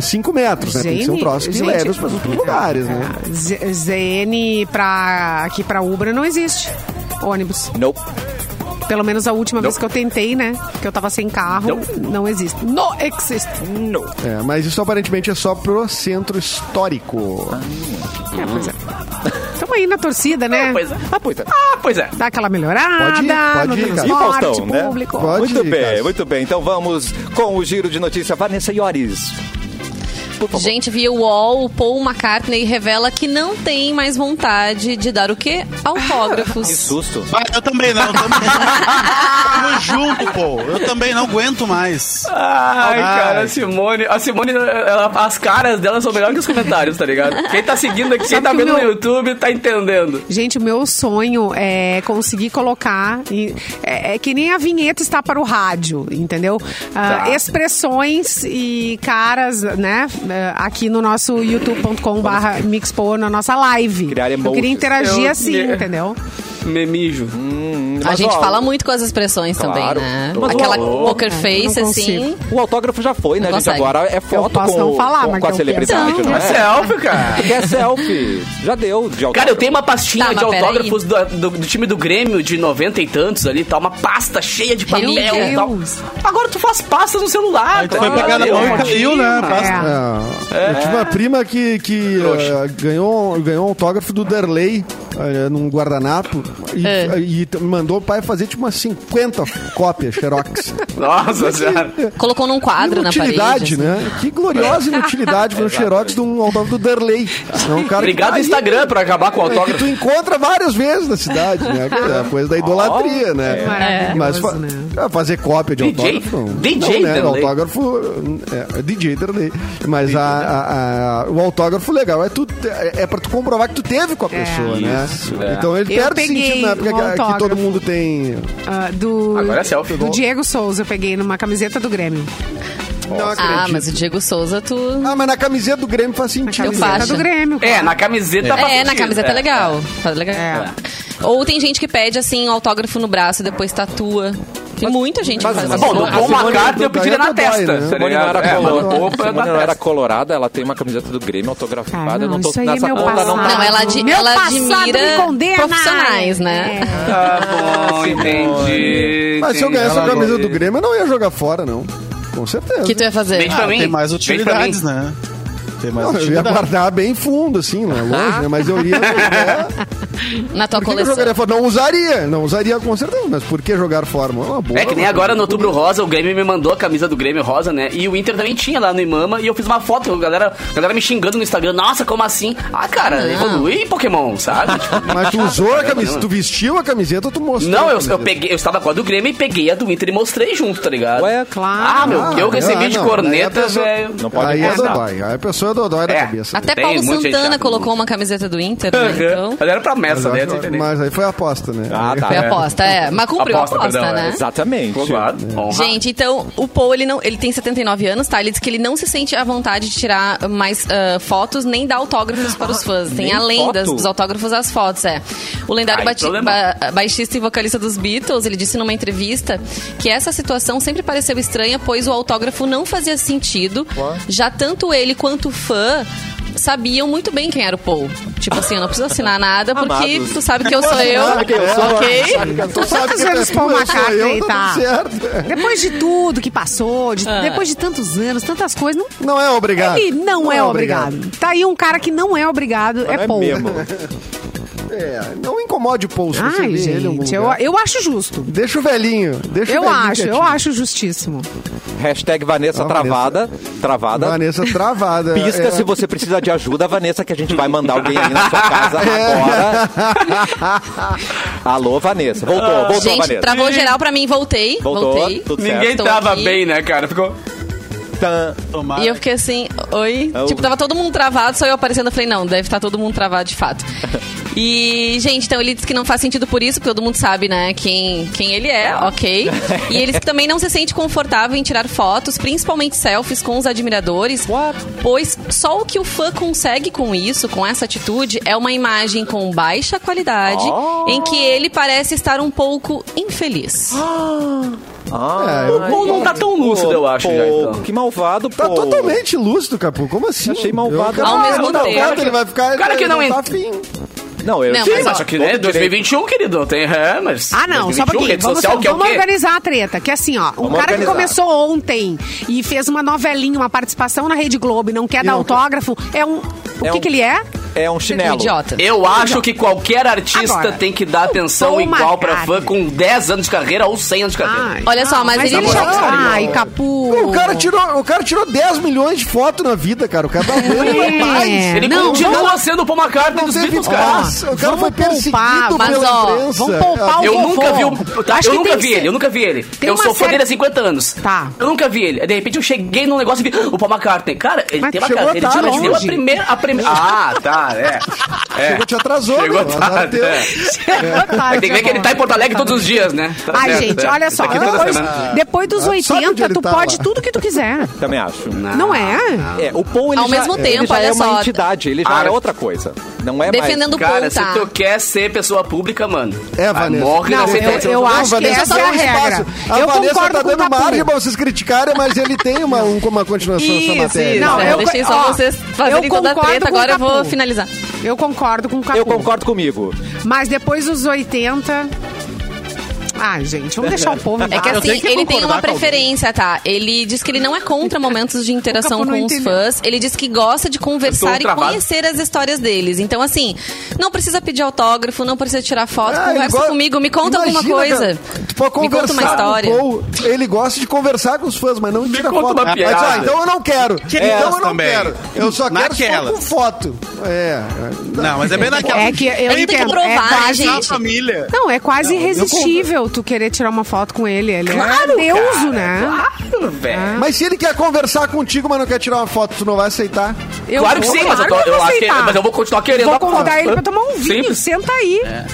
S5: 5 metros, né? Tem que ser um
S2: Gente,
S5: troço que
S2: gente. é.
S5: leve os para outros lugares, né?
S2: Z- ZN pra, aqui para Ubra não existe ônibus.
S1: Nope.
S2: Pelo menos a última vez que eu tentei, né? Que eu tava sem carro, não existe. Não existe.
S1: Nope.
S5: É, mas isso aparentemente é só pro centro histórico.
S2: É, pois é. Tamo aí na torcida, né?
S3: Pois é.
S1: Ah, pois é.
S3: Ah, pois é.
S2: Dá aquela melhorada
S5: Pode ir, pode
S2: no
S5: ir, cara.
S1: E
S2: transporte
S1: Faustão, né?
S2: público.
S5: Pode
S1: muito
S5: ir,
S1: bem,
S5: Cássio.
S1: muito bem. Então vamos com o giro de notícia. Vanessa Iores. Por favor.
S4: Gente, via o UOL, o Paul McCartney revela que não tem mais vontade de dar o quê?
S3: Ah,
S1: Que
S4: Autógrafos.
S1: susto.
S6: Vai, eu também não. Eu também... Tamo junto, pô. Eu também não aguento mais.
S3: Ai,
S6: Ai.
S3: cara, a Simone, a Simone, ela- as caras dela são melhores que os comentários, tá ligado? Quem tá seguindo aqui, quem tá
S2: que o
S3: vendo no
S2: meu-
S3: YouTube, tá entendendo.
S2: Gente, o meu sonho é conseguir colocar. e- é, é que nem a vinheta está para o rádio, entendeu? Ah,
S3: Tá.
S2: Expressões e caras, né? ah, Aqui no nosso youtube.com/barra mixpo na nossa live.
S1: Criar
S2: Eu
S1: emojis.
S2: queria interagir
S3: Eu-
S2: assim, entendeu?
S3: Memijo.
S4: A
S1: Mas,
S4: gente
S1: ó,
S4: fala muito com as expressões
S1: claro.
S4: também, né?
S1: Mas
S4: Aquela
S1: o-
S4: poker
S2: Não
S4: face, assim.
S2: consigo.
S1: O autógrafo já foi, né,
S4: Não
S1: gente?
S4: consegue.
S1: Agora é foto
S2: posso
S1: com,
S2: não
S1: o-
S2: falar,
S1: com,
S2: mas
S1: com a
S2: eu
S1: celebridade,
S4: penso.
S1: não
S3: É
S1: é?
S3: selfie, cara.
S1: Tu quer selfie? Já deu de autógrafo.
S3: Cara, eu tenho uma pastinha
S4: Tá,
S3: de
S4: mas peraí.
S3: autógrafos do, do- do time do Grêmio de 90 e tantos ali, tá? Uma pasta cheia de papel
S4: Relíquia.
S3: e tal.
S2: Deus.
S3: Agora tu faz pastas no celular,
S6: Aí tu
S3: cara.
S6: foi pegar na
S3: Valeu,
S6: mão e
S3: mano.
S6: caiu, né?
S2: É.
S5: É, Eu tive uma prima que, que
S3: Trouxa.
S5: eh, ganhou, ganhou um autógrafo do Derley eh, num guardanapo e,
S4: É.
S5: e t- mandou o pai fazer tipo umas 50 cópias xerox.
S3: Nossa, senhora.
S4: Colocou num quadro na parede.
S5: inutilidade,
S4: assim.
S5: né? Que gloriosa inutilidade foi o xerox de um autógrafo do Derley. É um cara que
S3: Obrigado,
S5: tá aí,
S3: Instagram, por acabar com o
S5: É que
S3: autógrafo.
S5: tu encontra várias vezes na cidade, né? É a coisa da idolatria,
S3: é
S5: né?
S2: maravilhoso,
S5: Mas fa-
S2: né?
S5: ah, fazer cópia de
S3: DJ?
S5: autógrafo. não-
S3: DJ
S5: não, né? O
S3: Derley.
S5: autógrafo. É, DJ Derley. Mas a, a- a- o autógrafo legal é, tu, é, é pra tu comprovar que tu teve com a pessoa, né?
S3: É. isso, é.
S5: Então ele
S2: Eu
S5: perde
S2: peguei
S5: sentido na época
S2: um
S5: que- que,
S2: autógrafo.
S5: todo mundo tem.
S2: Ah, do,
S3: Agora é selfie.
S2: do Diego Souza, eu peguei numa camiseta do Grêmio.
S5: Não
S4: Ah,
S5: acredito.
S4: mas o Diego Souza, tu.
S5: Ah, mas na camiseta do Grêmio faz
S2: A
S5: sentido. né?
S4: Eu
S2: camiseta
S4: faço.
S2: do Grêmio.
S3: É,
S2: claro.
S3: na camiseta faz
S4: É, na
S3: sentido,
S4: camiseta é legal. Tá legal. Ou tem gente que pede, assim, autógrafo no braço e depois tatua. Tem muita gente que faz
S5: mas-
S4: isso.
S3: Bom, do
S5: Tá A
S3: Paul
S5: Simone
S3: McCartney eu
S5: Godoy
S3: pediria
S5: é
S3: na
S5: Godoy,
S3: testa.
S5: né?
S3: tá
S1: Simone não
S3: ligado?
S1: era,
S3: É,
S1: colorada,
S3: mas opa, tá
S1: Simone
S3: na
S1: não era
S3: testa.
S1: colorada, ela tem uma camiseta do Grêmio autografada.
S2: Ah,
S1: eu
S2: não,
S1: não tô
S2: isso aí é
S1: nessa
S2: meu
S1: conta, não
S2: passado.
S1: tá.
S4: Não, ela, ad-
S2: Meu
S4: ela
S2: passado me
S4: admira
S2: condena.
S4: profissionais, né?
S3: Tá
S5: é
S3: bom, entendi.
S5: Mas se eu ganhasse a
S3: entendi.
S5: camisa do Grêmio, eu não ia jogar fora, não. Com certeza.
S4: O
S2: é
S4: que tu ia fazer?
S5: Ah,
S3: Beijo pra mim.
S6: Ah, Tem mais
S3: Beijo pra mim.
S6: utilidades, né? Tem mais
S5: Não, eu ia
S6: utilidades.
S5: guardar bem fundo, assim, né? longe, né? Mas eu iria jogar.
S4: Na tua
S5: Por que que eu
S4: coleção.
S5: jogaria fora? Não usaria, não usaria com certeza, mas por que jogar fora? mano? É uma boa.
S3: É que nem
S5: mas-
S3: agora no Outubro Rosa, o Grêmio me mandou a camisa do Grêmio Rosa, né? E o Inter também tinha lá no Imama e eu fiz uma foto, a galera, a galera me xingando no Instagram. Nossa, como assim? Ah, cara,
S4: Não.
S3: evolui Pokémon, sabe? Tipo,
S5: É. Mas tu usou a camiseta, tu vestiu a camiseta ou tu mostrou?
S3: Não,
S5: a
S3: eu, eu,
S5: camiseta?
S3: peguei, eu estava com a do Grêmio e peguei a do Inter e mostrei junto, tá ligado?
S1: Ué,
S3: Ah,
S2: claro.
S3: meu, que eu
S5: Ah,
S3: recebi
S5: não,
S3: de
S5: não,
S3: corneta,
S5: aí a pessoa-
S3: velho.
S1: Não pode
S5: Aí é
S1: pensar.
S5: dodói, aí a pessoa é dodói da
S3: É.
S5: cabeça.
S4: Até
S3: Tem
S4: Paulo
S3: muita gente
S4: Santana
S3: chata.
S4: colocou uma camiseta do Inter, né? Então.
S3: Mas era pra
S5: Mas,
S3: Messa, né?
S5: acho-
S3: Você entendeu?
S5: mas aí foi a aposta, né?
S1: Ah, tá.
S4: Foi
S1: É.
S4: aposta, é. Mas cumpriu a
S3: Aposta,
S4: aposta,
S3: perdão, é.
S4: né?
S1: Exatamente.
S3: Claro, honra.
S4: Gente, então, o Paul, ele, não, ele tem 79 anos, tá? Ele diz que ele não se sente à vontade de tirar mais ah, fotos, nem dar autógrafos para os fãs. Tem
S1: nem
S4: a lenda
S1: foto?
S4: dos autógrafos às fotos, é. O lendário
S3: Aí,
S4: bati-
S3: problema.
S4: ba- baixista e vocalista dos Beatles, ele disse numa entrevista que essa situação sempre pareceu estranha, pois o autógrafo não fazia sentido. Já tanto ele quanto o fã sabiam muito bem quem era o Paul. Tipo assim, eu não preciso assinar nada, porque
S1: Amados.
S4: tu sabe que eu sou eu,
S5: Sabe quem
S1: é,
S5: eu sou?
S4: ok?
S1: tá.
S5: Tu sabe
S2: Quantos
S5: que
S2: anos
S5: é
S2: Paul
S5: tua, eu sou eu,
S2: McCartney tá?
S5: tudo certo.
S2: Depois de tudo que passou, de-
S4: Ah.
S2: depois de tantos anos, tantas coisas, não,
S5: Não é obrigado.
S2: ele não, é, obrigado. Tá aí um cara que não é obrigado, é
S1: É
S2: Paul.
S1: mesmo.
S5: É, não incomode o Paul se você
S2: Ai,
S5: vê ele em algum
S2: gente, eu,
S5: lugar.
S2: eu acho justo.
S5: Deixa o velhinho. Deixa o
S2: Eu
S5: velhinho
S2: acho, eu
S5: quietinho.
S2: acho justíssimo.
S1: Hashtag Vanessa
S5: Ah,
S1: travada. Travada.
S5: Vanessa travada.
S1: Pisca
S5: É,
S1: se você precisa de ajuda, Vanessa, que a gente vai mandar alguém aí na sua casa agora. Alô, Vanessa. Voltou, voltou,
S4: Gente,
S1: Vanessa.
S4: travou geral pra mim, voltei.
S1: Voltou,
S4: Voltei.
S1: tudo certo.
S3: Ninguém
S4: Estou
S3: tava
S4: aqui.
S3: bem, né, cara? Ficou.
S1: Tan.
S6: Tomara.
S4: E eu fiquei assim, oi.
S1: É o-
S4: Tipo, tava todo mundo travado, só eu aparecendo. Eu falei, não, deve estar todo mundo travado de fato. E, gente, então ele disse que não faz sentido por isso, porque todo mundo sabe, né, quem, quem ele é, ok. E eles que também não se sente confortável em tirar fotos, principalmente selfies com os admiradores. Pois só o que o fã consegue com isso, com essa atitude, é uma imagem com baixa qualidade,
S1: Oh.
S4: em que ele parece estar um pouco infeliz.
S1: Ah,
S5: É, eu-
S3: Paul não tá tão lúcido, eu acho,
S1: Pô,
S3: já, então.
S1: Que malvado,
S5: Tá
S1: pô.
S5: totalmente lúcido, Capu. Como assim?
S1: Achei malvado.
S5: Eu-
S4: Ao mesmo
S5: Não,
S4: tempo.
S5: cara, Ele vai ficar.
S3: O cara que
S5: ele
S3: não
S5: tá
S3: entra.
S5: afim.
S1: Não, eu
S4: Não,
S1: Sim,
S4: mas
S3: Mas
S4: ó,
S3: só que, né,
S1: todo direito.
S3: 2021, querido, não tem... É, mas...
S2: Ah, não, só um
S3: 2021,
S2: pouquinho.
S3: Rede
S2: Vamos,
S3: social, que é o
S2: vamos
S3: quê?
S2: organizar a treta. Que assim, ó, o
S1: Vamos
S2: cara
S1: organizar.
S2: que começou ontem e fez uma novelinha, uma participação na Rede Globo e não quer dar
S5: não quer.
S2: autógrafo, é um. O
S1: É
S2: que,
S1: um-
S2: que ele é?
S1: É é um chinelo.
S4: Idiota.
S3: Eu acho que qualquer artista
S2: Agora.
S3: tem que dar atenção
S2: toma,
S3: igual pra
S2: cara.
S3: fã com 10 anos de carreira ou 100 anos de carreira.
S4: Olha só, mas ele
S3: tá
S2: não.
S4: já-
S2: Ai, Capu.
S5: O cara, tirou, o cara tirou 10 milhões de fotos na vida, cara. O cara tá
S2: É.
S5: mais.
S3: Ele
S4: Não,
S3: continua
S5: vamos-
S3: sendo o Paul McCartney
S5: Não
S3: dos
S5: teve
S3: Beatles, cara.
S5: paz. é O cara
S2: Vamos
S5: foi perseguido
S2: poupar,
S5: pela
S4: mas, ó,
S5: imprensa.
S2: vamos poupar o
S3: Eu
S2: Por
S3: nunca
S2: favor.
S3: vi o. tá,
S2: Acho
S3: eu
S2: que
S3: nunca
S2: tem
S3: vi
S2: que
S3: ele,
S2: ser-
S3: eu nunca vi ele.
S2: Tem
S3: eu
S2: uma
S3: sou fã
S2: série-
S3: dele há 50 anos.
S2: Tá.
S3: Eu nunca vi ele. De repente eu cheguei num negócio e vi o Paul McCartney. Cara, ele
S2: Mas
S3: tem uma
S5: chegou
S3: carreira.
S5: a
S3: Ele deu-
S5: tá
S3: ele deu a
S5: longe.
S3: primeira. A prime... Ah, tá, é. é.
S5: Chegou, te atrasou,
S3: Chegou
S5: né?
S3: tarde,
S5: Azar teu.
S3: é.
S2: Tá,
S3: Mas tem que ver que ele tá em Porto Alegre todos os dias, né? Tá
S2: Ai,
S3: certo,
S2: gente,
S3: é.
S2: olha só.
S3: Tá aqui toda
S2: Depois,
S3: semana.
S2: depois dos
S5: Ah, Sabe onde
S2: 80,
S5: ele
S2: tu
S5: tá,
S2: pode
S5: lá?
S2: tudo que tu quiser.
S1: Também acho.
S3: Ah.
S2: Não é?
S1: É, o Paul, ele
S4: Ao
S1: já,
S4: mesmo
S1: ele
S4: tempo,
S1: já
S4: olha
S1: é uma
S4: só.
S1: entidade, ele já
S3: Ah.
S1: é outra coisa. Não é
S4: defendendo o ponta.
S3: Cara, se tu quer ser pessoa pública, mano.
S5: É,
S3: vai,
S5: Vanessa.
S3: Morre na
S2: Não, eu,
S3: sentença.
S2: eu acho que
S5: Vanessa
S2: essa é
S5: deu
S2: a
S5: um espaço.
S2: regra.
S5: A
S2: eu
S5: Vanessa
S2: concordo
S5: tá
S2: com o
S5: dando margem
S2: Capu.
S5: pra vocês criticarem, mas ele tem uma, um- uma continuação
S4: Isso,
S5: dessa matéria.
S4: isso.
S2: Não,
S4: Não, É, eu
S2: eu
S4: deixei
S2: co-
S4: só
S2: ó,
S4: vocês fazerem
S2: eu
S4: toda a
S2: concordo
S4: treta,
S2: com o
S4: agora eu vou
S2: Capu.
S4: finalizar.
S2: Eu concordo com o Capu.
S1: Eu concordo comigo.
S2: Mas depois dos 80. Ai, gente, vamos deixar o povo. em
S4: É que
S2: paz.
S6: eu
S4: assim,
S6: tenho que
S4: ele tem
S6: concordar
S4: uma
S6: com alguém.
S4: preferência, tá? Ele diz que ele não é contra momentos de interação
S2: O Capu não
S4: com os
S2: entendeu.
S4: fãs. Ele diz que gosta de
S3: Eu tô
S4: conversar e
S3: travado.
S4: conhecer as histórias deles. Então, assim, não precisa pedir autógrafo, não precisa tirar foto.
S5: Ah, ele
S4: conversa
S5: go-
S4: comigo, me conta
S5: Imagina,
S4: alguma coisa.
S5: cara, tu pode
S4: Me conta uma
S5: conversar com o
S4: história.
S5: Paul, ele gosta de conversar com os fãs, mas não tira
S3: conta
S5: foto.
S3: uma
S5: Mas,
S3: piada.
S5: ah, então eu não quero. então eu não
S6: também.
S5: quero. Eu só quero
S6: Naquelas.
S5: só com foto. É.
S6: Não, mas é bem naquela.
S2: É que eu
S6: Bem
S2: entendo.
S4: que provar,
S2: é quase,
S4: gente.
S6: família.
S2: Não, é quase irresistível tu querer tirar uma foto com ele. Ele é deuso, né?
S3: Claro, velho.
S5: Mas se ele quer conversar contigo, mas não quer tirar uma foto, tu não vai aceitar.
S2: Eu
S3: claro que
S2: vou,
S3: sim, mas eu, tô-
S2: claro
S3: eu
S2: vou
S3: acho que,
S2: aceitar.
S3: mas eu vou continuar querendo.
S2: Vou
S3: a foto.
S2: convidar ele pra tomar um vinho.
S3: Simples.
S2: Senta aí.
S3: É.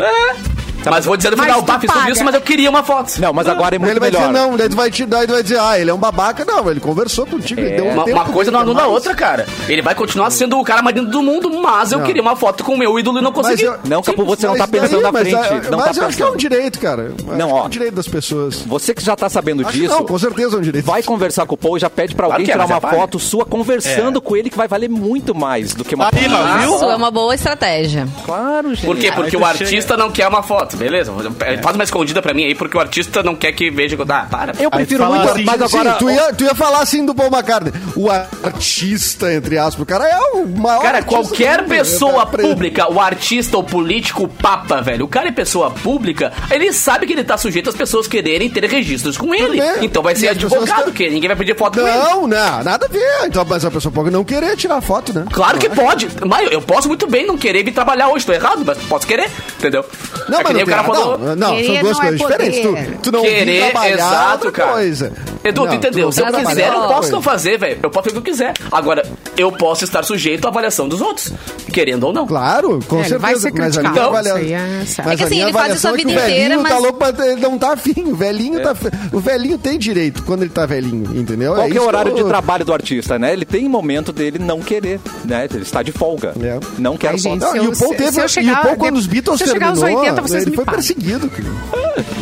S3: Mas vou dizer no
S2: Mas
S3: final,
S2: tu
S3: pá, fiz tudo
S2: paga.
S3: isso, mas eu queria uma foto.
S1: Não, mas agora é muito
S5: ele vai
S1: melhor.
S5: dizer não, daí tu vai, te, daí tu vai dizer, ah, ele é um babaca. Não, ele conversou contigo,
S1: É.
S5: ele deu um
S3: Uma,
S5: tempo.
S3: uma coisa não anula a
S5: mais.
S3: outra, cara. Ele vai continuar sendo o cara mais lindo do mundo, mas eu queria uma foto com o meu ídolo e não
S5: Mas
S3: consegui.
S5: eu-
S1: Não, Capu, você não
S5: Mas
S1: tá pensando
S5: daí-
S1: na
S5: mas,
S1: frente.
S5: ah,
S1: não
S5: mas
S1: tá
S5: eu acho que é um
S1: pensando.
S5: direito, cara. Eu acho
S1: Não,
S5: que
S1: ó.
S5: É um direito das pessoas.
S1: Você que já tá sabendo
S5: Acho que
S1: disso,
S5: não, com certeza é um direito.
S1: vai conversar com o Paul e já pede pra
S3: Claro
S1: alguém
S3: que é,
S1: tirar
S3: mas
S1: uma
S3: é pai,
S1: foto sua conversando com ele, que vai valer muito mais do que uma
S6: Aí,
S1: foto.
S6: ó, viu?
S4: Isso é uma boa estratégia.
S1: Claro, gente.
S3: Por quê? Porque
S6: tu
S3: o
S6: chega- É.
S3: artista não quer uma foto, beleza? um- Faz uma escondida pra mim aí, porque o artista não quer que veja. que eu- Ah, para.
S1: Eu
S6: Aí
S1: prefiro
S6: fala
S1: muito,
S6: assim,
S1: mas agora...
S5: Sim, tu, ia, tu ia falar assim do Paul McCartney. O artista, entre aspas. O cara é o maior
S3: Cara,
S5: artista do
S3: qualquer
S5: mundo, né?
S3: pessoa
S5: Pra- pra-
S3: pública, o artista, o político, o papa, velho, o cara é pessoa pública, ele sabe que ele tá sujeito às pessoas quererem ter registros com ele.
S5: bem.
S3: Então vai ser
S5: E as pessoas
S3: advogado,
S5: querem-
S3: que ninguém vai pedir foto com ele.
S5: Não, não, nada a ver. Então, mas a pessoa pode não querer tirar foto, né?
S3: Claro que pode. Mas eu posso muito bem não querer vir trabalhar hoje, tô errado, mas posso querer, entendeu?
S5: Não,
S3: é que
S5: mas
S3: nem
S5: não,
S3: o cara
S5: tem-
S3: falou.
S5: não, não,
S2: Querer
S5: são duas
S2: não é
S5: coisas diferentes.
S2: poder.
S5: Tu, tu não vir
S3: querer,
S5: trabalhar é
S3: exato,
S5: outra
S3: cara.
S5: coisa.
S3: Edu,
S5: Não,
S3: tu entendeu?
S5: não
S3: Se eu
S5: vir trabalhar
S3: quiser,
S5: é
S3: eu
S5: outra
S3: posso não
S5: coisa.
S3: fazer, velho. Eu posso fazer o que eu quiser. Agora, eu posso estar sujeito à avaliação dos outros, querendo ou não.
S5: Claro, com
S2: É, ele
S5: certeza.
S2: vai ser
S5: mas a minha
S2: criticado,
S5: avaliação-
S2: isso aí é certo.
S5: mas
S4: É que
S5: a
S4: assim,
S5: minha
S4: ele faz isso a
S5: avaliação é que
S4: vida
S5: o velhinho
S4: inteira,
S5: Tá
S4: mas-
S5: louco, pra- ele não tá afim. O velhinho tá. O velhinho tem direito quando ele tá velhinho, entendeu?
S1: Qual que é o
S5: isso
S1: horário
S5: que eu-
S1: de trabalho do artista, né? Ele tem momento dele não querer, né? Ele está de folga.
S5: É.
S1: Não quer
S2: Ai,
S1: foto.
S2: gente,
S5: Não,
S2: se
S5: e
S2: eu-
S5: o Paul
S2: se-
S5: teve.
S2: se eu
S5: e
S2: chegar-
S5: o Paul, quando
S2: de-
S5: os Beatles
S2: se eu chegar aos
S5: terminou,
S2: 80, vocês
S5: ele
S2: me
S5: foi
S2: param.
S5: perseguido.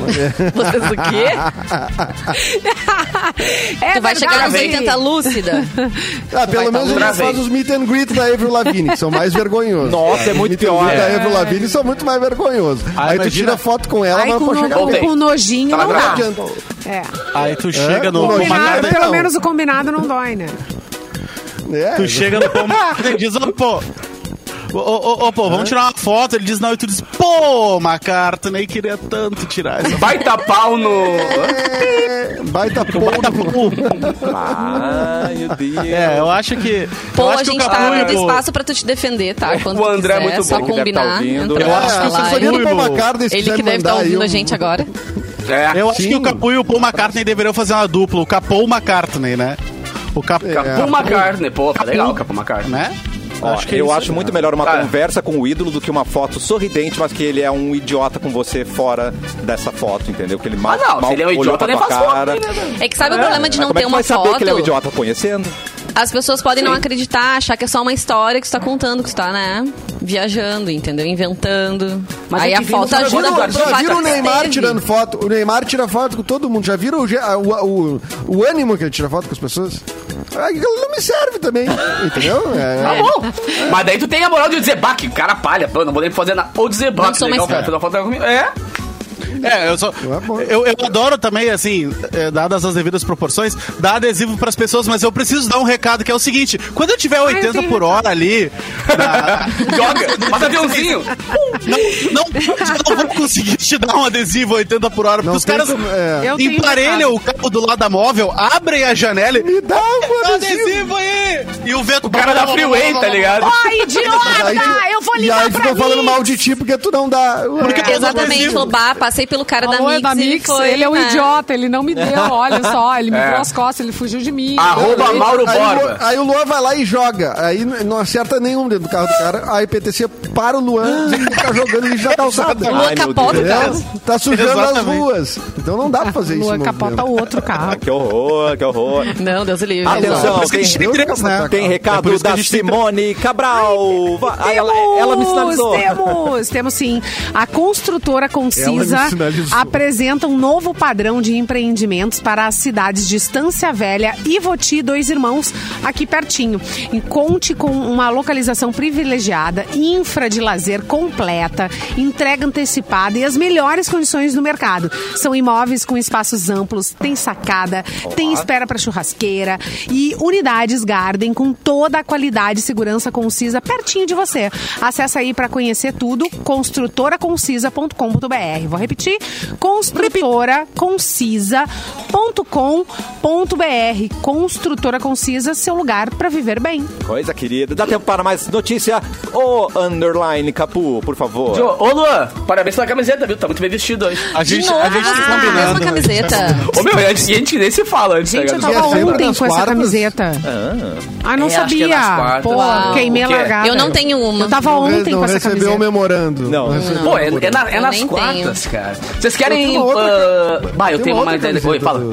S4: Vocês o quê?
S2: É
S4: tu vai chegar nos
S2: verdade.
S4: 80 lúcida.
S5: Ah, pelo menos ele
S3: Travei.
S5: faz os meet and greet da Avril Lavigne, que são mais vergonhosos.
S1: Nossa, é
S5: Os
S1: muito
S5: meet and
S1: pior.
S5: greet
S1: É.
S5: da Avril Lavigne são muito mais vergonhosos. Aí
S6: Ah,
S5: tu
S6: imagina-
S5: tira foto com ela,
S2: Ai,
S5: mas
S2: com,
S5: pode
S2: no-
S5: chegar...
S3: Voltei.
S2: com nojinho
S3: Tava
S2: não dá.
S5: adianta.
S2: É.
S6: Aí tu chega no Paul
S5: combinado,
S2: Combinado,
S6: McCartney.
S2: pelo
S5: não.
S2: menos o combinado não dói, né?
S5: É.
S6: Tu chega no Paul McCartney e diz, ô, pô... Ô, ô, ô, pô, vamos tirar uma foto. Ele diz não, e tu diz, pô, McCartney, queria tanto tirar essa
S3: Vai tapar o no.
S5: É, Baita Paul.
S1: Ai, meu Deus.
S6: É, eu acho que. eu
S4: Pô,
S6: acho
S4: a
S6: que o
S4: gente
S6: Capu
S4: tá
S6: e
S4: dando
S6: o-
S4: espaço pra tu te defender, tá? Quando
S3: O
S4: tu
S3: André é
S4: quiser,
S3: muito
S4: só
S3: bom,
S1: que deve tá
S4: combinar.
S1: ouvindo. Eu
S4: entrar
S5: É,
S4: na
S5: acho que o
S4: live.
S5: sinfonia do Paul
S6: Ele
S5: McCartney, se
S4: Ele
S5: quiser
S4: que
S5: me
S4: deve estar
S5: mandar aí
S4: ouvindo
S5: um-
S4: a gente agora.
S3: É.
S6: Eu acho
S5: Sim.
S6: que o Capu e o Paul McCartney deveriam fazer uma dupla, o Capô e o McCartney, né? O Capô.
S3: Capu McCartney, pô, tá legal, Capu McCartney.
S6: Né?
S1: Ó,
S6: é
S1: eu
S6: isso,
S1: acho
S6: né?
S1: muito melhor uma
S3: Cara.
S1: conversa com o ídolo do que uma foto sorridente, mas que ele é um idiota com você fora dessa foto, entendeu? Que ele mal,
S3: Ah, não,
S1: mal
S3: se ele é um
S1: olhou
S3: idiota,
S1: pra
S3: nem
S1: tua
S3: faz foto.
S1: cara.
S3: né, velho?
S4: É que sabe o problema
S1: Mas
S4: de não
S1: como é
S4: ter
S1: que
S4: uma
S1: vai saber
S4: foto?
S1: que ele é um idiota conhecendo?
S4: As pessoas podem não acreditar, achar que é só uma história que tu tá contando, que tu tá, né? Viajando, entendeu? Inventando.
S3: Mas
S4: Aí
S3: é
S4: a
S3: que
S4: foto
S2: um
S3: vem do
S4: ajuda
S5: Viram-
S3: Agora,
S4: a
S3: Eduardo,
S5: Já
S4: falar
S5: viram o
S4: que
S5: Neymar
S4: teve.
S5: tirando foto? O Neymar tira foto com todo mundo. Já viram o, ge- a- o, o, o ânimo que ele tira foto com as pessoas? Ah, Aquilo não me serve também, entendeu?
S3: Tá
S5: É,
S3: bom. Mas daí tu tem a moral de dizer, bah, que cara palha, pô, não vou nem fazer nada. Ou dizer, bah,
S4: Não
S3: que
S4: sou
S3: legal,
S4: mais
S3: cara,
S4: fã.
S3: fez uma foto comigo. É.
S6: É, eu só.
S5: É bom.
S6: eu, eu adoro também, assim, é, dadas as devidas proporções, dar adesivo pras pessoas, mas eu preciso dar um recado que é o seguinte: quando eu tiver 80
S2: tenho
S6: por hora ali, na-
S3: Joga, mata aviãozinho.
S6: não, não, eu não vou conseguir te dar um adesivo 80 por hora, porque
S5: Não
S6: os
S5: tem
S6: caras
S5: como- é.
S2: Eu tenho
S6: emparelham o cabo do lado da móvel, abrem a janela e.
S5: Me dá um
S6: Dá
S5: adesivo.
S6: Tá adesivo aí! E o vento. O
S3: Cara da freeway, tá ligado?
S2: Ó, idiota!
S5: Aí tu-
S2: eu vou
S5: e
S2: ligar
S5: aí
S2: pra
S5: ficou
S2: mim.
S5: falando mal de ti porque tu não dá. É.
S6: Porque eu não
S4: É, Exatamente,
S6: preciso.
S4: falou, bah, passei pelo cara
S2: Falou, é
S4: da
S2: da
S4: Mix. e
S2: Mix,
S4: foi,
S2: ele é um
S4: né?
S2: idiota, ele não me deu, olha só, ele me
S5: É.
S2: virou as costas, ele fugiu de mim.
S3: Arroba
S2: Ele-
S3: Mauro
S5: Aí o, Luan-
S3: Borba.
S5: aí o Luan vai lá e joga. Aí n- não acerta nenhum dentro do carro do cara. Aí o PTC para o Luan e fica tá jogando lixo na calçada.
S4: Lua capota o carro.
S5: Entendeu? Tá sujando as
S6: Exatamente.
S5: ruas. Então não dá pra fazer isso.
S2: Luan
S5: no
S2: é capota
S5: movimento.
S2: o outro
S6: Ah,
S2: carro.
S1: Ah, Que horror, que horror.
S4: Não, Deus o livre.
S1: Atenção,
S6: Por isso que a gente tem três, né?
S1: Tem
S6: É por
S1: recado
S6: isso que a
S1: da
S6: gente tem
S1: Simone Cabral. Va- Ah, ela, ela me sinalizou.
S2: Temos, temos sim. A construtora Concisa
S5: Ela me sinalizou.
S2: apresenta um novo padrão de empreendimentos para as cidades de Estância Velha, Ivoti e Dois Irmãos, aqui pertinho. E conte com uma localização privilegiada, infra de lazer completa, entrega antecipada e as melhores condições do mercado. São imóveis com espaços amplos, tem sacada, tem espera para churrasqueira e unidades Garden com toda a qualidade e segurança concisa pertinho de você. Acesse aí para conhecer tudo, construtoraconcisa.com.br. Vou repetir, construtoraconcisa.com.br. Construtora Concisa, seu lugar para viver bem.
S1: Coisa querida. Dá tempo para mais notícia. O underline Capu, por favor.
S3: Ô, ô, Luan, parabéns pela camiseta, viu? Tá muito bem vestido hoje.
S6: A
S4: De
S6: gente,
S4: novo,
S6: a gente
S4: vocês
S6: tá
S4: estão com a mesma
S6: combinando.
S4: camiseta.
S3: Ô, meu, e a gente- e a gente nem se fala antes,
S2: Gente,
S3: tá
S2: eu
S3: ligado?
S5: E é
S2: tava
S5: sempre
S2: ontem
S5: nas
S2: com essa
S5: quartas?
S2: camiseta. Ah, não
S3: É, acho que é
S2: sabia.
S3: nas quartas.
S2: Pô,
S4: Uau.
S2: queimei
S3: O
S2: a
S3: quê?
S2: largada.
S4: Eu não tenho uma.
S2: Eu tava
S5: Não re-
S2: ontem
S5: não
S2: com essa
S5: recebeu o
S2: camiseta.
S5: memorando.
S1: Não.
S5: recebeu.
S3: Pô, é, é na- é
S4: Eu
S3: nas
S4: nem
S3: quartas, cara. Vocês
S5: Eu
S3: querem.
S5: tenho uma outra
S3: ah, Bah, eu tenho uma mais ideia. Oi, fala.
S5: Não,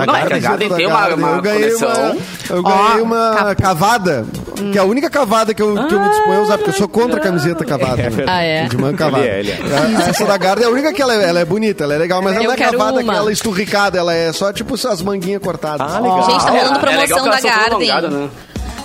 S3: é que a Garden tem uma- uma
S5: eu ganhei
S3: coleção.
S5: Uma, eu ganhei
S2: Ó,
S5: uma cavada, que é a única cavada que eu, que eu me disponho a usar, porque eu sou contra a camiseta cavada. né?
S4: Ah, é?
S5: De manga cavada.
S1: Ele é, ele
S5: É, Essa da Garden é a única que ela é, ela é bonita, ela é legal, mas
S4: Eu
S5: ela não é
S4: quero
S5: cavada,
S4: uma.
S5: aquela esturricada, ela é só tipo as manguinhas cortadas.
S1: Ah, legal.
S4: Gente, tá
S3: É,
S4: rolando
S3: é legal
S4: promoção
S3: que
S4: da
S3: elas são todas
S4: Garden.
S3: alongadas, né?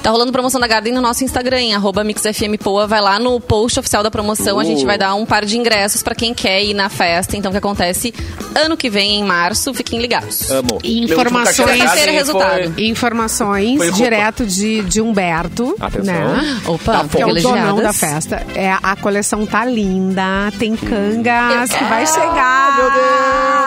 S4: Tá rolando promoção da Garden no nosso Instagram, arroba MixFMPoa. Vai lá no post oficial da promoção, a
S3: Uh.
S4: gente vai dar um par de ingressos pra quem quer ir na festa. Então, que acontece ano que vem, em março. Fiquem ligados.
S3: É,
S1: Amo.
S3: Meu último
S2: Informações.
S3: cachorro
S4: Terceiro
S3: da Garden
S4: resultado.
S3: foi-
S2: Informações
S3: Foi roupa.
S2: direto de, de Humberto.
S1: Atenção.
S2: Né?
S4: Opa,
S2: Que é o donão
S4: privilegiadas.
S2: da festa. É, a coleção tá linda, tem cangas que vai chegar.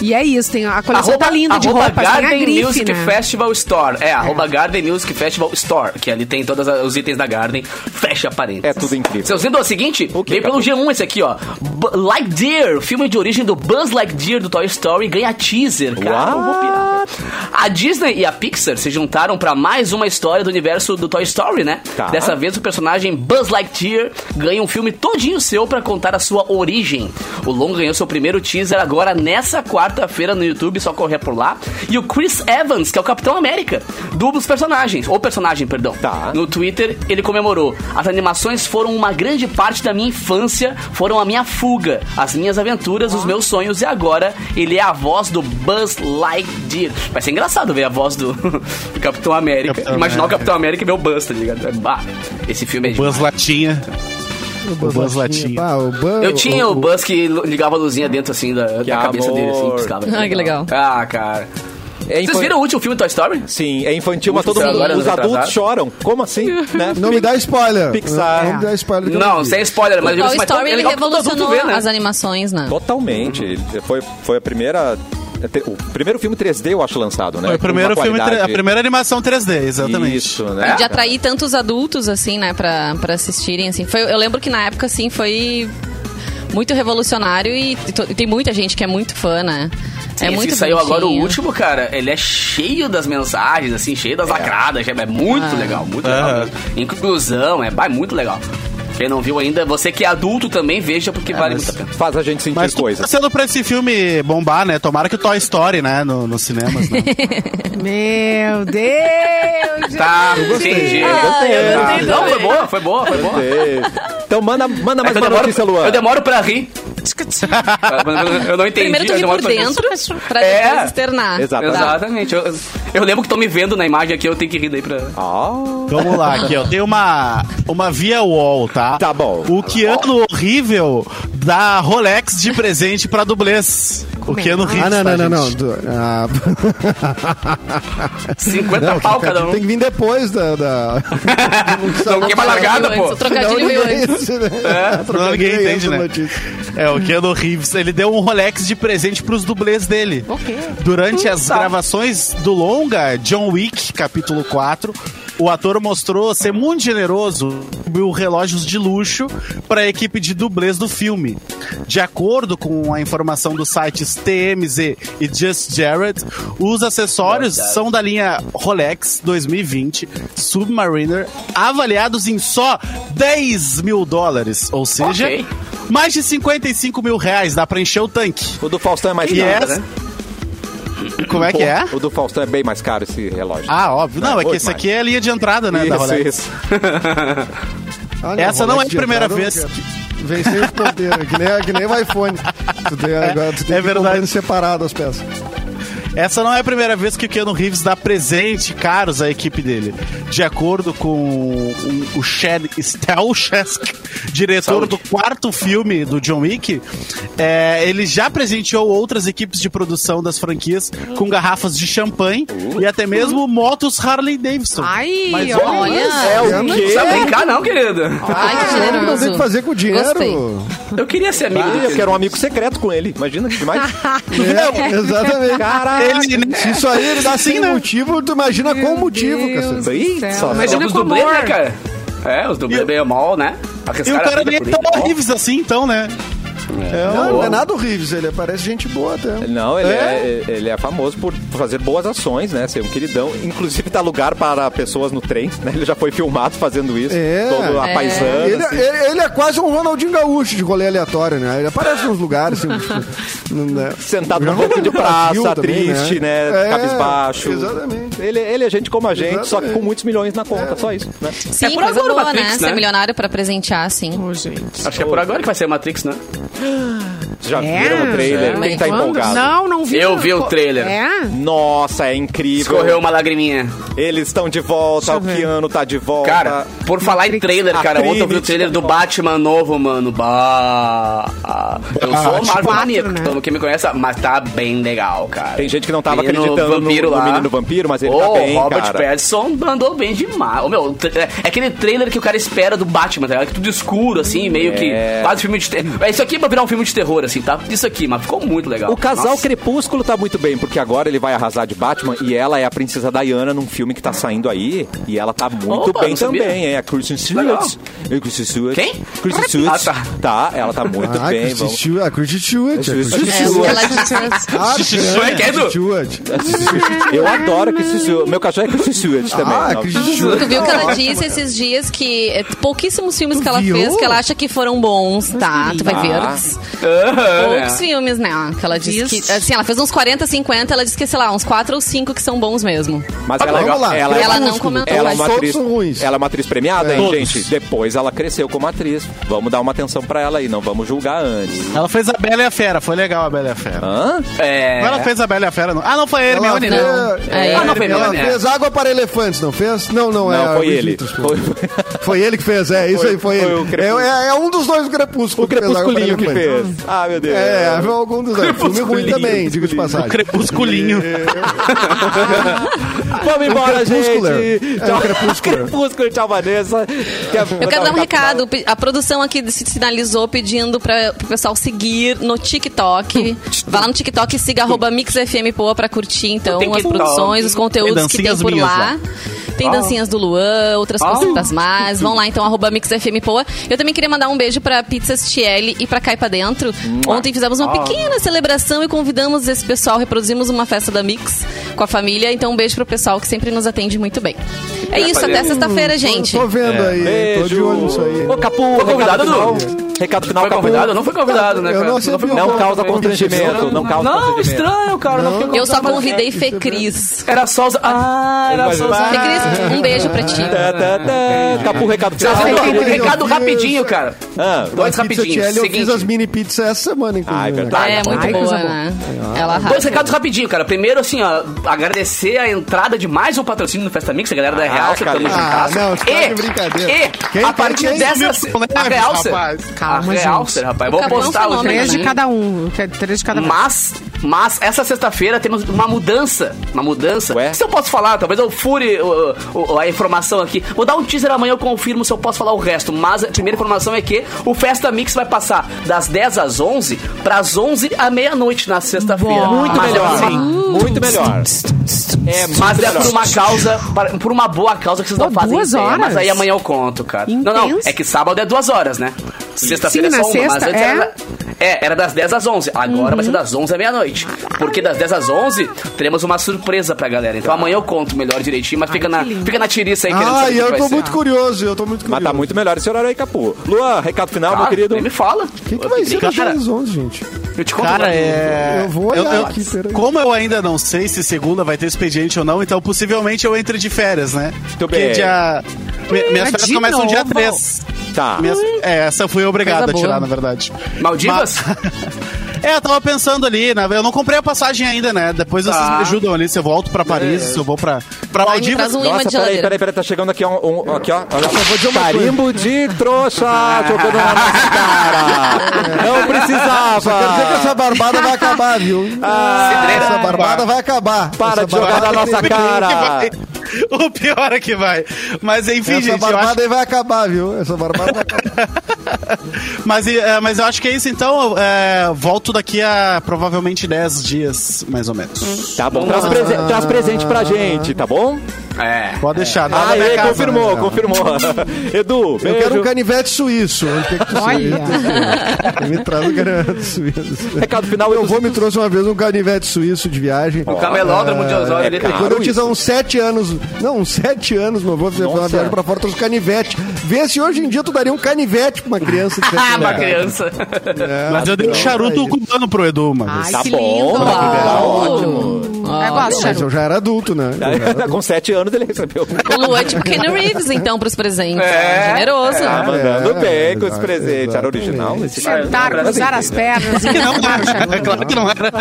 S2: E é isso, tem a coleção tá linda de
S3: arroba
S2: roupas, tem a
S3: Garden
S2: grife,
S3: Music
S2: né?
S3: Festival Store. É, arroba Garden Music Festival Store, que ali tem todos os itens da Garden. Fecha parênteses.
S1: É tudo incrível.
S3: Seus indo é o seguinte,
S1: O quê,
S3: vem pelo G1 esse aqui, ó. Bu- like Deer, filme de origem do Buzz Lightyear do Toy Story, ganha teaser, cara. Não vou pirar. A Disney e a Pixar se juntaram pra mais uma história do universo do Toy Story, né?
S1: Tá.
S3: Dessa vez o personagem Buzz Lightyear ganha um filme todinho seu pra contar a sua origem. O longa ganhou seu primeiro teaser agora nessa quarta-feira no YouTube, só correr por lá. E o Chris Evans, que é o Capitão América, dubla os personagens, ou personagem, perdão.
S1: Tá.
S3: No Twitter, ele comemorou: As animações foram uma grande parte da minha infância, foram a minha fuga, as minhas aventuras, os meus sonhos, e agora ele é a voz do Buzz Lightyear. Vai ser engraçado ver a voz do, do Capitão América.
S6: Capitão
S3: Imaginar o
S6: América.
S3: Capitão América e ver o Buzz, tá ligado? Bah, esse filme é
S6: Buzz
S3: demais.
S6: Latinha.
S5: O
S6: Buzz Latinha.
S5: Pá, o Buzz-
S3: Eu tinha o
S5: o-
S3: Buzz que ligava a luzinha dentro, assim, da, da cabeça dele, assim,
S1: amor.
S3: piscava.
S4: Ah, que legal.
S3: Ah, cara.
S1: É
S3: Vocês
S1: infan-
S3: viram o último filme do Toy Story?
S1: Sim, é infantil, mas
S3: Muito
S1: todo mundo.
S3: agora,
S1: Os
S3: né,
S1: adultos
S3: atrasado.
S1: choram. Como assim? né?
S5: Não me dá spoiler.
S1: Pixar.
S5: Não me dá spoiler. que eu
S3: Não,
S5: vi.
S3: sem spoiler, mas
S4: O Toy
S3: mas todo-
S4: Story,
S3: é
S4: ele
S3: legal que todo adulto
S4: revolucionou
S3: vê, né?
S4: as animações, né?
S1: Totalmente. Ele Foi, foi a primeira. é, O primeiro filme 3D, eu acho, lançado, né?
S6: Foi o
S1: Com uma
S6: primeiro filme, tre-
S1: qualidade-
S6: a primeira animação 3D, exatamente.
S1: Isso, né?
S4: De atrair tantos adultos, assim, né, pra, pra assistirem, assim. Foi, eu lembro que na época, assim, foi muito revolucionário e, to- e tem muita gente que é muito fã, né? É
S3: Esse
S4: muito
S3: que saiu agora o
S4: bonitinho.
S3: último, cara. Ele é cheio das mensagens, assim, cheio das lacradas. É muito legal, muito legal.
S6: Ah.
S3: mesmo. Inclusão, é, vai, muito legal. Quem não viu ainda, você que é adulto também veja, porque vale muito a pena.
S1: Faz a gente sentir
S6: Mas tudo
S1: coisas.
S6: tá sendo pra esse filme bombar, né? Tomara que o Toy Story, né? no- Nos cinemas, né?
S2: Meu Deus!
S3: Tá, entendi.
S4: Ah,
S1: eu gostei.
S3: Tá.
S1: eu gostei
S3: Não, foi boa, foi boa, foi boa.
S1: É. Então manda, manda mais
S3: eu,
S1: uma
S3: demoro,
S1: notícia, Luan.
S3: eu demoro pra rir. Eu não entendi.
S4: Primeiro tu
S3: eu
S4: ri por
S3: demoro pra rir.
S4: dentro pra
S3: É.
S4: depois externar.
S1: Exato.
S3: Exatamente. Eu, eu lembro que estão me vendo na imagem aqui, eu tenho que rir daí pra.
S1: Ó,
S6: Vamos lá, aqui, ó. Tem uma, uma via wall, tá?
S1: Tá bom.
S6: O Keanu horrível dá Rolex de presente pra dublês. O Keanu Reeves,
S5: Ah, não, não,
S6: tá,
S5: não, não.
S6: gente?
S5: Do- ah,
S3: 50
S5: não,
S3: pau
S5: que-
S3: cada um.
S5: Tem que vir depois da. da...
S3: Não queima a largada,
S4: Veio antes,
S3: pô.
S4: O trocadilho veio antes.
S5: é
S6: Não, É, ninguém
S5: Trocadilho
S6: entende,
S5: né? essa
S6: né?
S5: notícia.
S6: É, o Keanu Reeves, ele deu um Rolex de presente pros dublês dele.
S2: Ok.
S6: Durante as gravações do longa John Wick, capítulo 4, o ator mostrou ser muito generoso mil relógios de luxo para a equipe de dublês do filme. De acordo com a informação dos sites TMZ e Just Jared, os acessórios são da linha Rolex 2020 Submariner, avaliados em só 10 mil dólares, ou seja,
S3: Ok.
S6: mais de 55 mil reais, dá para encher o tanque.
S1: o do Faustão é mais
S6: E
S1: caro,
S6: essa-
S1: né?
S6: Como é que é?
S1: O do Faustão é bem mais caro esse relógio.
S6: Ah, óbvio. Não, é que
S1: Muito
S6: esse
S1: mais.
S6: aqui é a linha de entrada, né, da
S1: isso,
S6: Rolex.
S1: isso.
S5: Ah,
S6: Essa não é a
S5: Rolex
S6: primeira
S5: adiantado,
S6: vez.
S5: que- Venceu os ponteiros, que nem, né? que nem o iPhone. Tu tem, agora, tu tem
S6: é
S5: que ir comprando
S6: verdade.
S5: separado as peças.
S6: Essa não é a primeira vez que o Keanu Reeves dá presente caros à equipe dele. De acordo com o- o Chad Stelchesk, diretor do quarto filme do John Wick, é, ele já presenteou outras equipes de produção das franquias com garrafas de champanhe e até mesmo motos Harley Davidson.
S2: Ai,
S6: Mas
S4: Olha,
S1: É o
S5: Não
S1: quê?
S3: Não sabe brincar, não, querido.
S4: ai, que
S5: Ah, Não tem o
S4: generoso.
S5: que fazer com o dinheiro. É
S4: Gostei.
S3: Eu queria ser amigo
S1: Ah,
S3: dele.
S1: eu quero um amigo secreto com ele. Imagina que demais.
S5: É, exatamente.
S1: Caraca.
S6: Ele- né?
S5: Se isso aí ele dá sem motivo, tu imagina qual motivo, cacete.
S1: Ih, só-
S3: Mas
S2: Imagina
S3: os
S2: com
S3: dublês,
S2: amor.
S3: né, cara? É, os dublês
S6: E o-
S3: bem mal, né? Aqueles
S6: E o cara
S3: bem
S6: nem é tão
S3: político,
S6: Reeves assim, então, né?
S5: Não, não é nada o Reeves, ele parece gente boa até.
S1: Não, ele é? ele é famoso por fazer boas ações, né? Ser um queridão. Inclusive, dá lugar para pessoas no trem, né? Ele já foi filmado fazendo isso.
S5: É.
S1: Todo apaisando.
S5: Ele,
S1: assim.
S5: ele- ele é quase um Ronaldinho Gaúcho de rolê aleatório, né? Ele aparece nos lugares, assim, tipo, não- né?
S1: Sentado
S5: Já
S1: no banco
S5: rolou
S1: de
S5: no Brasil
S1: praça,
S5: também,
S1: triste, né?
S5: É,
S1: Cabisbaixo.
S5: Exatamente.
S1: Ele, ele é gente como a gente, só que
S5: Exatamente.
S1: com muitos milhões na conta, só isso, né?
S4: Sim,
S3: por
S4: coisa
S3: agora o
S4: boa,
S3: Matrix,
S4: né?
S3: né?
S4: Ser milionário pra presentear, sim.
S2: Ô, gente.
S3: Acho que é por agora que vai ser a Matrix, né?
S1: Já
S2: É?
S1: viram o trailer?
S3: É.
S1: Quem tá
S2: Quando?
S1: empolgado?
S2: Não, não vi.
S3: Eu vi o trailer.
S2: É?
S1: Nossa, é incrível.
S3: Escorreu uma lagriminha.
S1: Eles estão de volta, o Keanu tá de volta.
S3: Cara, por falar em trailer,
S1: A
S3: cara, ontem eu vi o
S1: Trinity,
S3: trailer do
S1: ó.
S3: Batman novo, mano. Bah. ah, Eu
S1: Ah,
S3: sou
S1: tipo
S3: o Marvel
S2: quatro,
S3: Maníaco,
S2: né?
S3: então quem me conhece, sabe, mas tá bem legal, cara.
S1: Tem gente que não tava
S3: Menino
S1: acreditando no-
S3: vampiro
S1: no
S3: lá.
S1: menino vampiro, mas ele
S3: Ô,
S1: tá bem,
S3: Robert
S1: cara.
S3: Pattinson mandou bem demais. Ô, meu, o tra- é aquele trailer que o cara espera do Batman, tá ligado? Que tudo escuro, assim, meio que quase filme de terror. É isso aqui pra virar um filme de terror, assim, tá? Isso aqui, mas ficou muito legal.
S1: O casal
S3: Nossa.
S1: Crepúsculo tá muito bem, porque agora ele vai arrasar de Batman e ela é a princesa Diana num filme que tá saindo aí. E ela tá muito
S3: Opa,
S1: bem
S3: não sabia.
S1: também, hein? A Kristen
S3: Legal.
S1: Stewart. E Kristen Stewart.
S3: Quem?
S1: Kristen Stewart.
S3: Ah, tá.
S1: Tá, ela tá muito
S5: Ah,
S1: bem.
S5: Christy
S1: Vamos.
S5: Stewart. Ah, Christy Stewart. é
S1: Christy
S5: Christy
S4: É,
S1: Stewart.
S4: ela
S5: Ah,
S3: Stewart,
S5: grande
S3: é do-
S5: Stewart.
S1: Eu adoro Kristen Stewart. Meu cachorro é Kristen Stewart também.
S5: Ah,
S1: Não.
S5: Christy Stewart.
S4: Tu viu que ela disse esses dias que é, pouquíssimos filmes que ela
S5: viu?
S4: fez que ela acha que foram bons, tá? Tu vai ver. Poucos filmes, né? Que ela disse
S2: Diz.
S4: que. Assim, ela fez uns 40, 50, ela disse que, sei lá, uns 4 ou 5 que são bons mesmo.
S1: Mas
S3: Ah,
S1: ela,
S5: Tá vamos lá.
S1: ela,
S4: Ela
S1: é,
S4: não comentou.
S1: ela é
S5: mas
S1: uma
S5: todos
S1: atriz,
S5: são ruins.
S1: ela é uma atriz premiada, hein,
S6: Todos.
S1: gente? Depois ela cresceu como atriz. Vamos dar uma atenção pra ela aí, não vamos julgar antes.
S6: Ela fez a Bela e a Fera, foi legal a Bela e a Fera.
S1: Hã?
S3: É.
S6: Ela fez a Bela e a Fera, não. Ah, não foi a Hermione,
S5: Ela
S6: não.
S5: fez-
S4: É,
S3: Ah, não foi
S5: Ela
S3: Melanie.
S5: fez água para elefantes, não fez? Não, não, é
S1: né? Não,
S5: a
S1: foi
S5: Reese
S1: ele.
S5: Witherspoon.
S1: Foi-
S5: Foi ele que fez, é, isso
S1: Foi-
S5: aí, foi
S1: foi
S5: ele.
S1: o Crepúsculo.
S5: É, é- é um dos dois do Crepúsculo.
S1: O crepusculinho que fez. Ah, meu Deus.
S5: É, foi algum dos dois. Filme ruim também, digo de
S6: um
S5: passagem.
S6: Crepusculinho.
S5: É.
S1: Vamos embora,
S5: crepúsculo.
S1: gente.
S5: É,
S1: Tchau.
S5: o crepúsculo.
S1: crepúsculo, tchau, Vanessa.
S4: Eu quero
S1: tá
S4: dar um recado. Pe- A produção aqui se sinalizou pedindo para o pessoal seguir no TikTok. Vá lá no TikTok e siga arroba MixFMPoa pra curtir, então,
S3: Tem
S4: as
S3: TikTok.
S4: produções, os conteúdos
S6: Tem
S4: que tem
S6: dancinhas
S4: por
S6: minhas
S4: lá.
S6: lá.
S4: Tem dancinhas do Luan, outras cositas mais. Vão lá, então, arroba MixFMPoa. Eu também queria mandar um beijo pra Pizzas Tiele e pra Cai Pra Dentro. Ontem fizemos uma pequena celebração e convidamos esse pessoal, reproduzimos uma festa da Mix com a família. Então, um beijo pro pessoal que sempre nos atende muito bem. É isso, até sexta-feira, gente.
S5: Tô Hum, vendo aí, tô de olho nisso aí.
S1: Ô, Capu,
S3: Tô convidado,
S1: recado final.
S3: Dudu?
S1: Recado final,
S3: Foi
S1: Capu.
S3: convidado? Eu não fui convidado, né,
S5: Eu
S3: cara?
S5: não
S3: Tu foi
S5: aceitei o
S1: Não
S3: convidado
S1: causa
S3: também.
S1: constrangimento. Não causa
S3: Não,
S1: constrangimento.
S3: estranho, cara. Não. é, fiquei
S4: Eu só
S3: convidado, mas
S4: convidei Fê Cris.
S3: Era só os... Ah, era só os...
S4: Fê
S3: Ah.
S4: Cris, um beijo pra ti.
S1: Tá, tá, tá. Capu, recado final.
S3: Vocês
S5: Ah,
S3: entenderam?
S5: meu
S3: Recado
S5: Deus.
S3: rapidinho, cara.
S1: Ah,
S3: Dois
S5: Pizza
S3: rapidinhos.
S5: Celli, eu fiz
S3: Seguinte.
S5: as mini pizzas essa semana, inclusive.
S1: Ah, é
S5: né?
S1: verdade.
S3: tá
S4: É, muito
S2: Ai, coisa
S4: boa,
S2: boa.
S4: né? Ela arrasa.
S3: Dois recados rapidinho, cara. Primeiro, assim, ó, agradecer a entrada de mais um patrocínio no Festa Mix, a galera da Realça,
S1: cara. Ah,
S3: tamo juntasso.
S5: não, você tá de brincadeira.
S3: E,
S5: Quem-
S3: a
S5: quem-
S3: partir
S5: quem
S3: dessa...
S6: sumiu, né,
S3: a Realça.
S6: rapaz?
S2: Calma,
S3: a Realça,
S2: gente.
S3: rapaz. Vou
S4: Acabou um
S3: postar hoje.
S4: fenômeno,
S2: Três de
S4: né?
S2: cada um. Três de cada um.
S3: Mas, mas essa sexta-feira temos uma mudança. Uma mudança.
S1: Ué?
S3: Se eu posso falar, talvez eu fure uh, uh, uh, a informação aqui. Vou dar um teaser amanhã, eu confirmo se eu posso falar o resto. Mas a primeira informação é que o Festa Mix vai passar das 10 às 11 para as 11 à meia-noite na sexta-feira.
S1: Muito
S4: Ah,
S3: Mas é
S1: melhor.
S3: por uma-
S1: Muito melhor. É,
S3: Mas
S1: muito
S3: é por
S1: melhor.
S3: uma causa, para- por uma boa causa que vocês não
S2: Pô,
S3: fazem
S2: duas
S3: ideia,
S2: horas?
S3: Mas aí amanhã eu conto, cara. Não, não,
S2: Intenso.
S3: é que sábado é duas horas, né? Sexta-feira é
S2: Sim,
S3: só
S2: na
S3: uma, mas
S2: sexta,
S3: antes
S2: é. Uhum.
S3: era, é, era das 10 às 11. Agora vai ser das 11 à meia-noite. Porque das 10 às 11 teremos uma surpresa pra galera. Então amanhã eu conto melhor direitinho, mas fica na, fica na tiriça aí querendo
S5: Ah,
S3: saber
S5: e
S3: o que
S5: eu
S3: vai
S5: tô
S3: ser.
S5: muito curioso, eu tô muito curioso.
S1: Mas tá muito melhor esse horário aí, Capu. Luan, recado final,
S3: Claro,
S1: meu querido.
S3: nem Ah, me fala.
S5: O que, que vai ser das
S3: Cara,
S5: 10 às 11, gente?
S3: eu te conto.
S6: Cara,
S3: lá.
S6: é.
S5: Eu vou olhar aqui, peraí.
S6: Como eu ainda não sei se segunda vai ter expediente ou não, então possivelmente eu entre de férias, né? Porque
S1: bem.
S6: dia. mi-
S2: Mas
S6: Minhas férias
S2: de
S6: começam dia
S2: novo?
S6: 3.
S1: Tá.
S6: Minhas- É, essa eu fui obrigado
S4: Coisa
S6: a tirar,
S4: boa.
S6: na verdade.
S3: Maldivas?
S6: É, eu tava pensando ali, né? Eu não comprei a passagem ainda, né? Depois vocês
S3: Tá.
S6: me ajudam ali se eu volto pra Paris,
S5: É.
S6: se eu vou pra, pra
S4: Ai, me traz
S6: Maldivas.
S4: um imã
S1: Nossa, peraí,
S4: de geladeira.
S1: peraí, peraí, tá chegando aqui, ó, um, aqui, ó. Olha, eu vou dizer uma Carimbo de trouxa jogando na nossa cara. Não
S5: Só quero dizer que
S1: precisava.
S5: essa barbada vai acabar, viu?
S3: Cidreira.
S5: essa barbada vai acabar.
S1: Para
S5: essa
S1: de jogar na
S5: barbada-
S1: nossa cara.
S6: O pior é que vai. Mas enfim,
S5: Essa
S6: gente, eu acho
S5: barbada aí vai acabar, viu? Essa barbada vai acabar.
S6: Mas, e, é, mas eu acho que é isso, então. eu, é, volto daqui a provavelmente 10 dias, mais ou menos.
S1: Tá bom, traz, prese traz presente pra gente, tá bom?
S3: É.
S6: Pode deixar. não é da
S1: Ah,
S6: minha
S1: ele
S6: casa,
S1: confirmou,
S6: né?
S1: confirmou. Edu,
S5: Eu
S1: beijo.
S5: quero um canivete suíço. Onde é que tu
S2: Olha.
S5: Olha. Me traz um canivete suíço.
S1: Recado final,
S5: Meu
S1: eu vou.
S5: avô me trouxe uma vez um canivete suíço de viagem.
S3: O Um camelódromo de
S5: É,
S3: Ah, Osório, ele tem.
S1: cara.
S5: Quando eu tinha
S1: isso.
S5: uns sete anos, não, uns sete anos, meu avô fez
S1: Nossa.
S5: uma viagem pra fora, trouxe canivete. Vê se hoje em dia tu daria um canivete pra uma criança. de sete
S3: Ah,
S5: anos.
S3: pra criança.
S6: Mas eu dei um charuto
S5: Aí.
S6: cubano pro Edu, mano.
S2: Ai,
S1: Tá
S2: que
S1: bom,
S2: lindo. Tá
S1: tá
S4: ótimo.
S2: Eu gosto de
S5: Mas eu
S2: charuto.
S5: já era adulto, né? Eu já era
S1: Com sete anos ele recebeu. Tá
S4: O Lu é tipo Kenny Reeves, então, pros presentes.
S3: É.
S4: Generoso.
S1: Tá mandando
S5: é,
S1: bem com esse
S5: exato,
S1: presente. Era original esse cara.
S2: Sentar, Tá, cruzar as pernas e fumar o charuto.
S6: É claro que não era.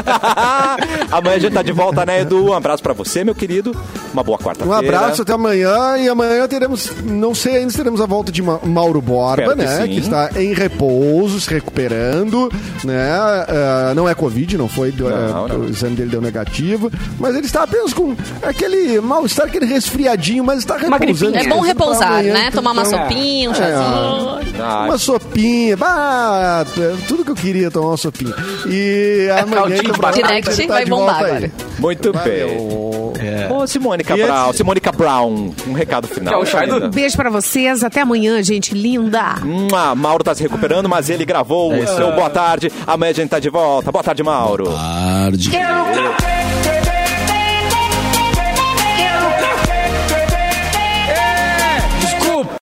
S1: Amanhã a gente tá de volta, né, Edu? Um abraço pra você, meu querido. Uma boa quarta-feira.
S5: Um abraço, até amanhã. E amanhã teremos, não sei ainda se teremos a volta de Ma- Mauro Borba,
S1: Espero que
S5: né?
S1: sim.
S5: Que, está em repouso, se recuperando, né? Ah, não é Covid, não foi. do-
S1: Não,
S5: ah,
S1: não.
S5: O exame dele deu negativo. Mas ele está apenas com aquele mal-estar, aquele resfriadinho, mas está repousando.
S4: É bom
S5: Pra
S4: repousar,
S5: amanhã,
S4: né?
S5: então,
S4: Tomar uma
S5: é.
S4: sopinha, um chazinho.
S1: Ah,
S5: Uma sopinha, bah, tudo que eu queria tomar uma sopinha. E
S1: É
S5: amanhã.
S3: caldinho de
S5: provavelmente,
S4: batata.
S5: ele tá
S4: Vai
S5: de volta
S4: bombar
S5: aí.
S4: agora.
S1: Muito bem.
S5: Valeu.
S1: Ô, Simônica
S6: E antes-
S1: Brown, Simônica Brown, um recado final.
S3: É. Que é o chá do-
S2: Beijo pra vocês. Até amanhã, gente linda.
S1: Mua, Mauro tá se recuperando, mas ele
S3: É
S1: gravou o seu Boa Tarde. Amanhã a gente tá de volta. Boa tarde, Mauro.
S7: Tarde.
S8: Quero café,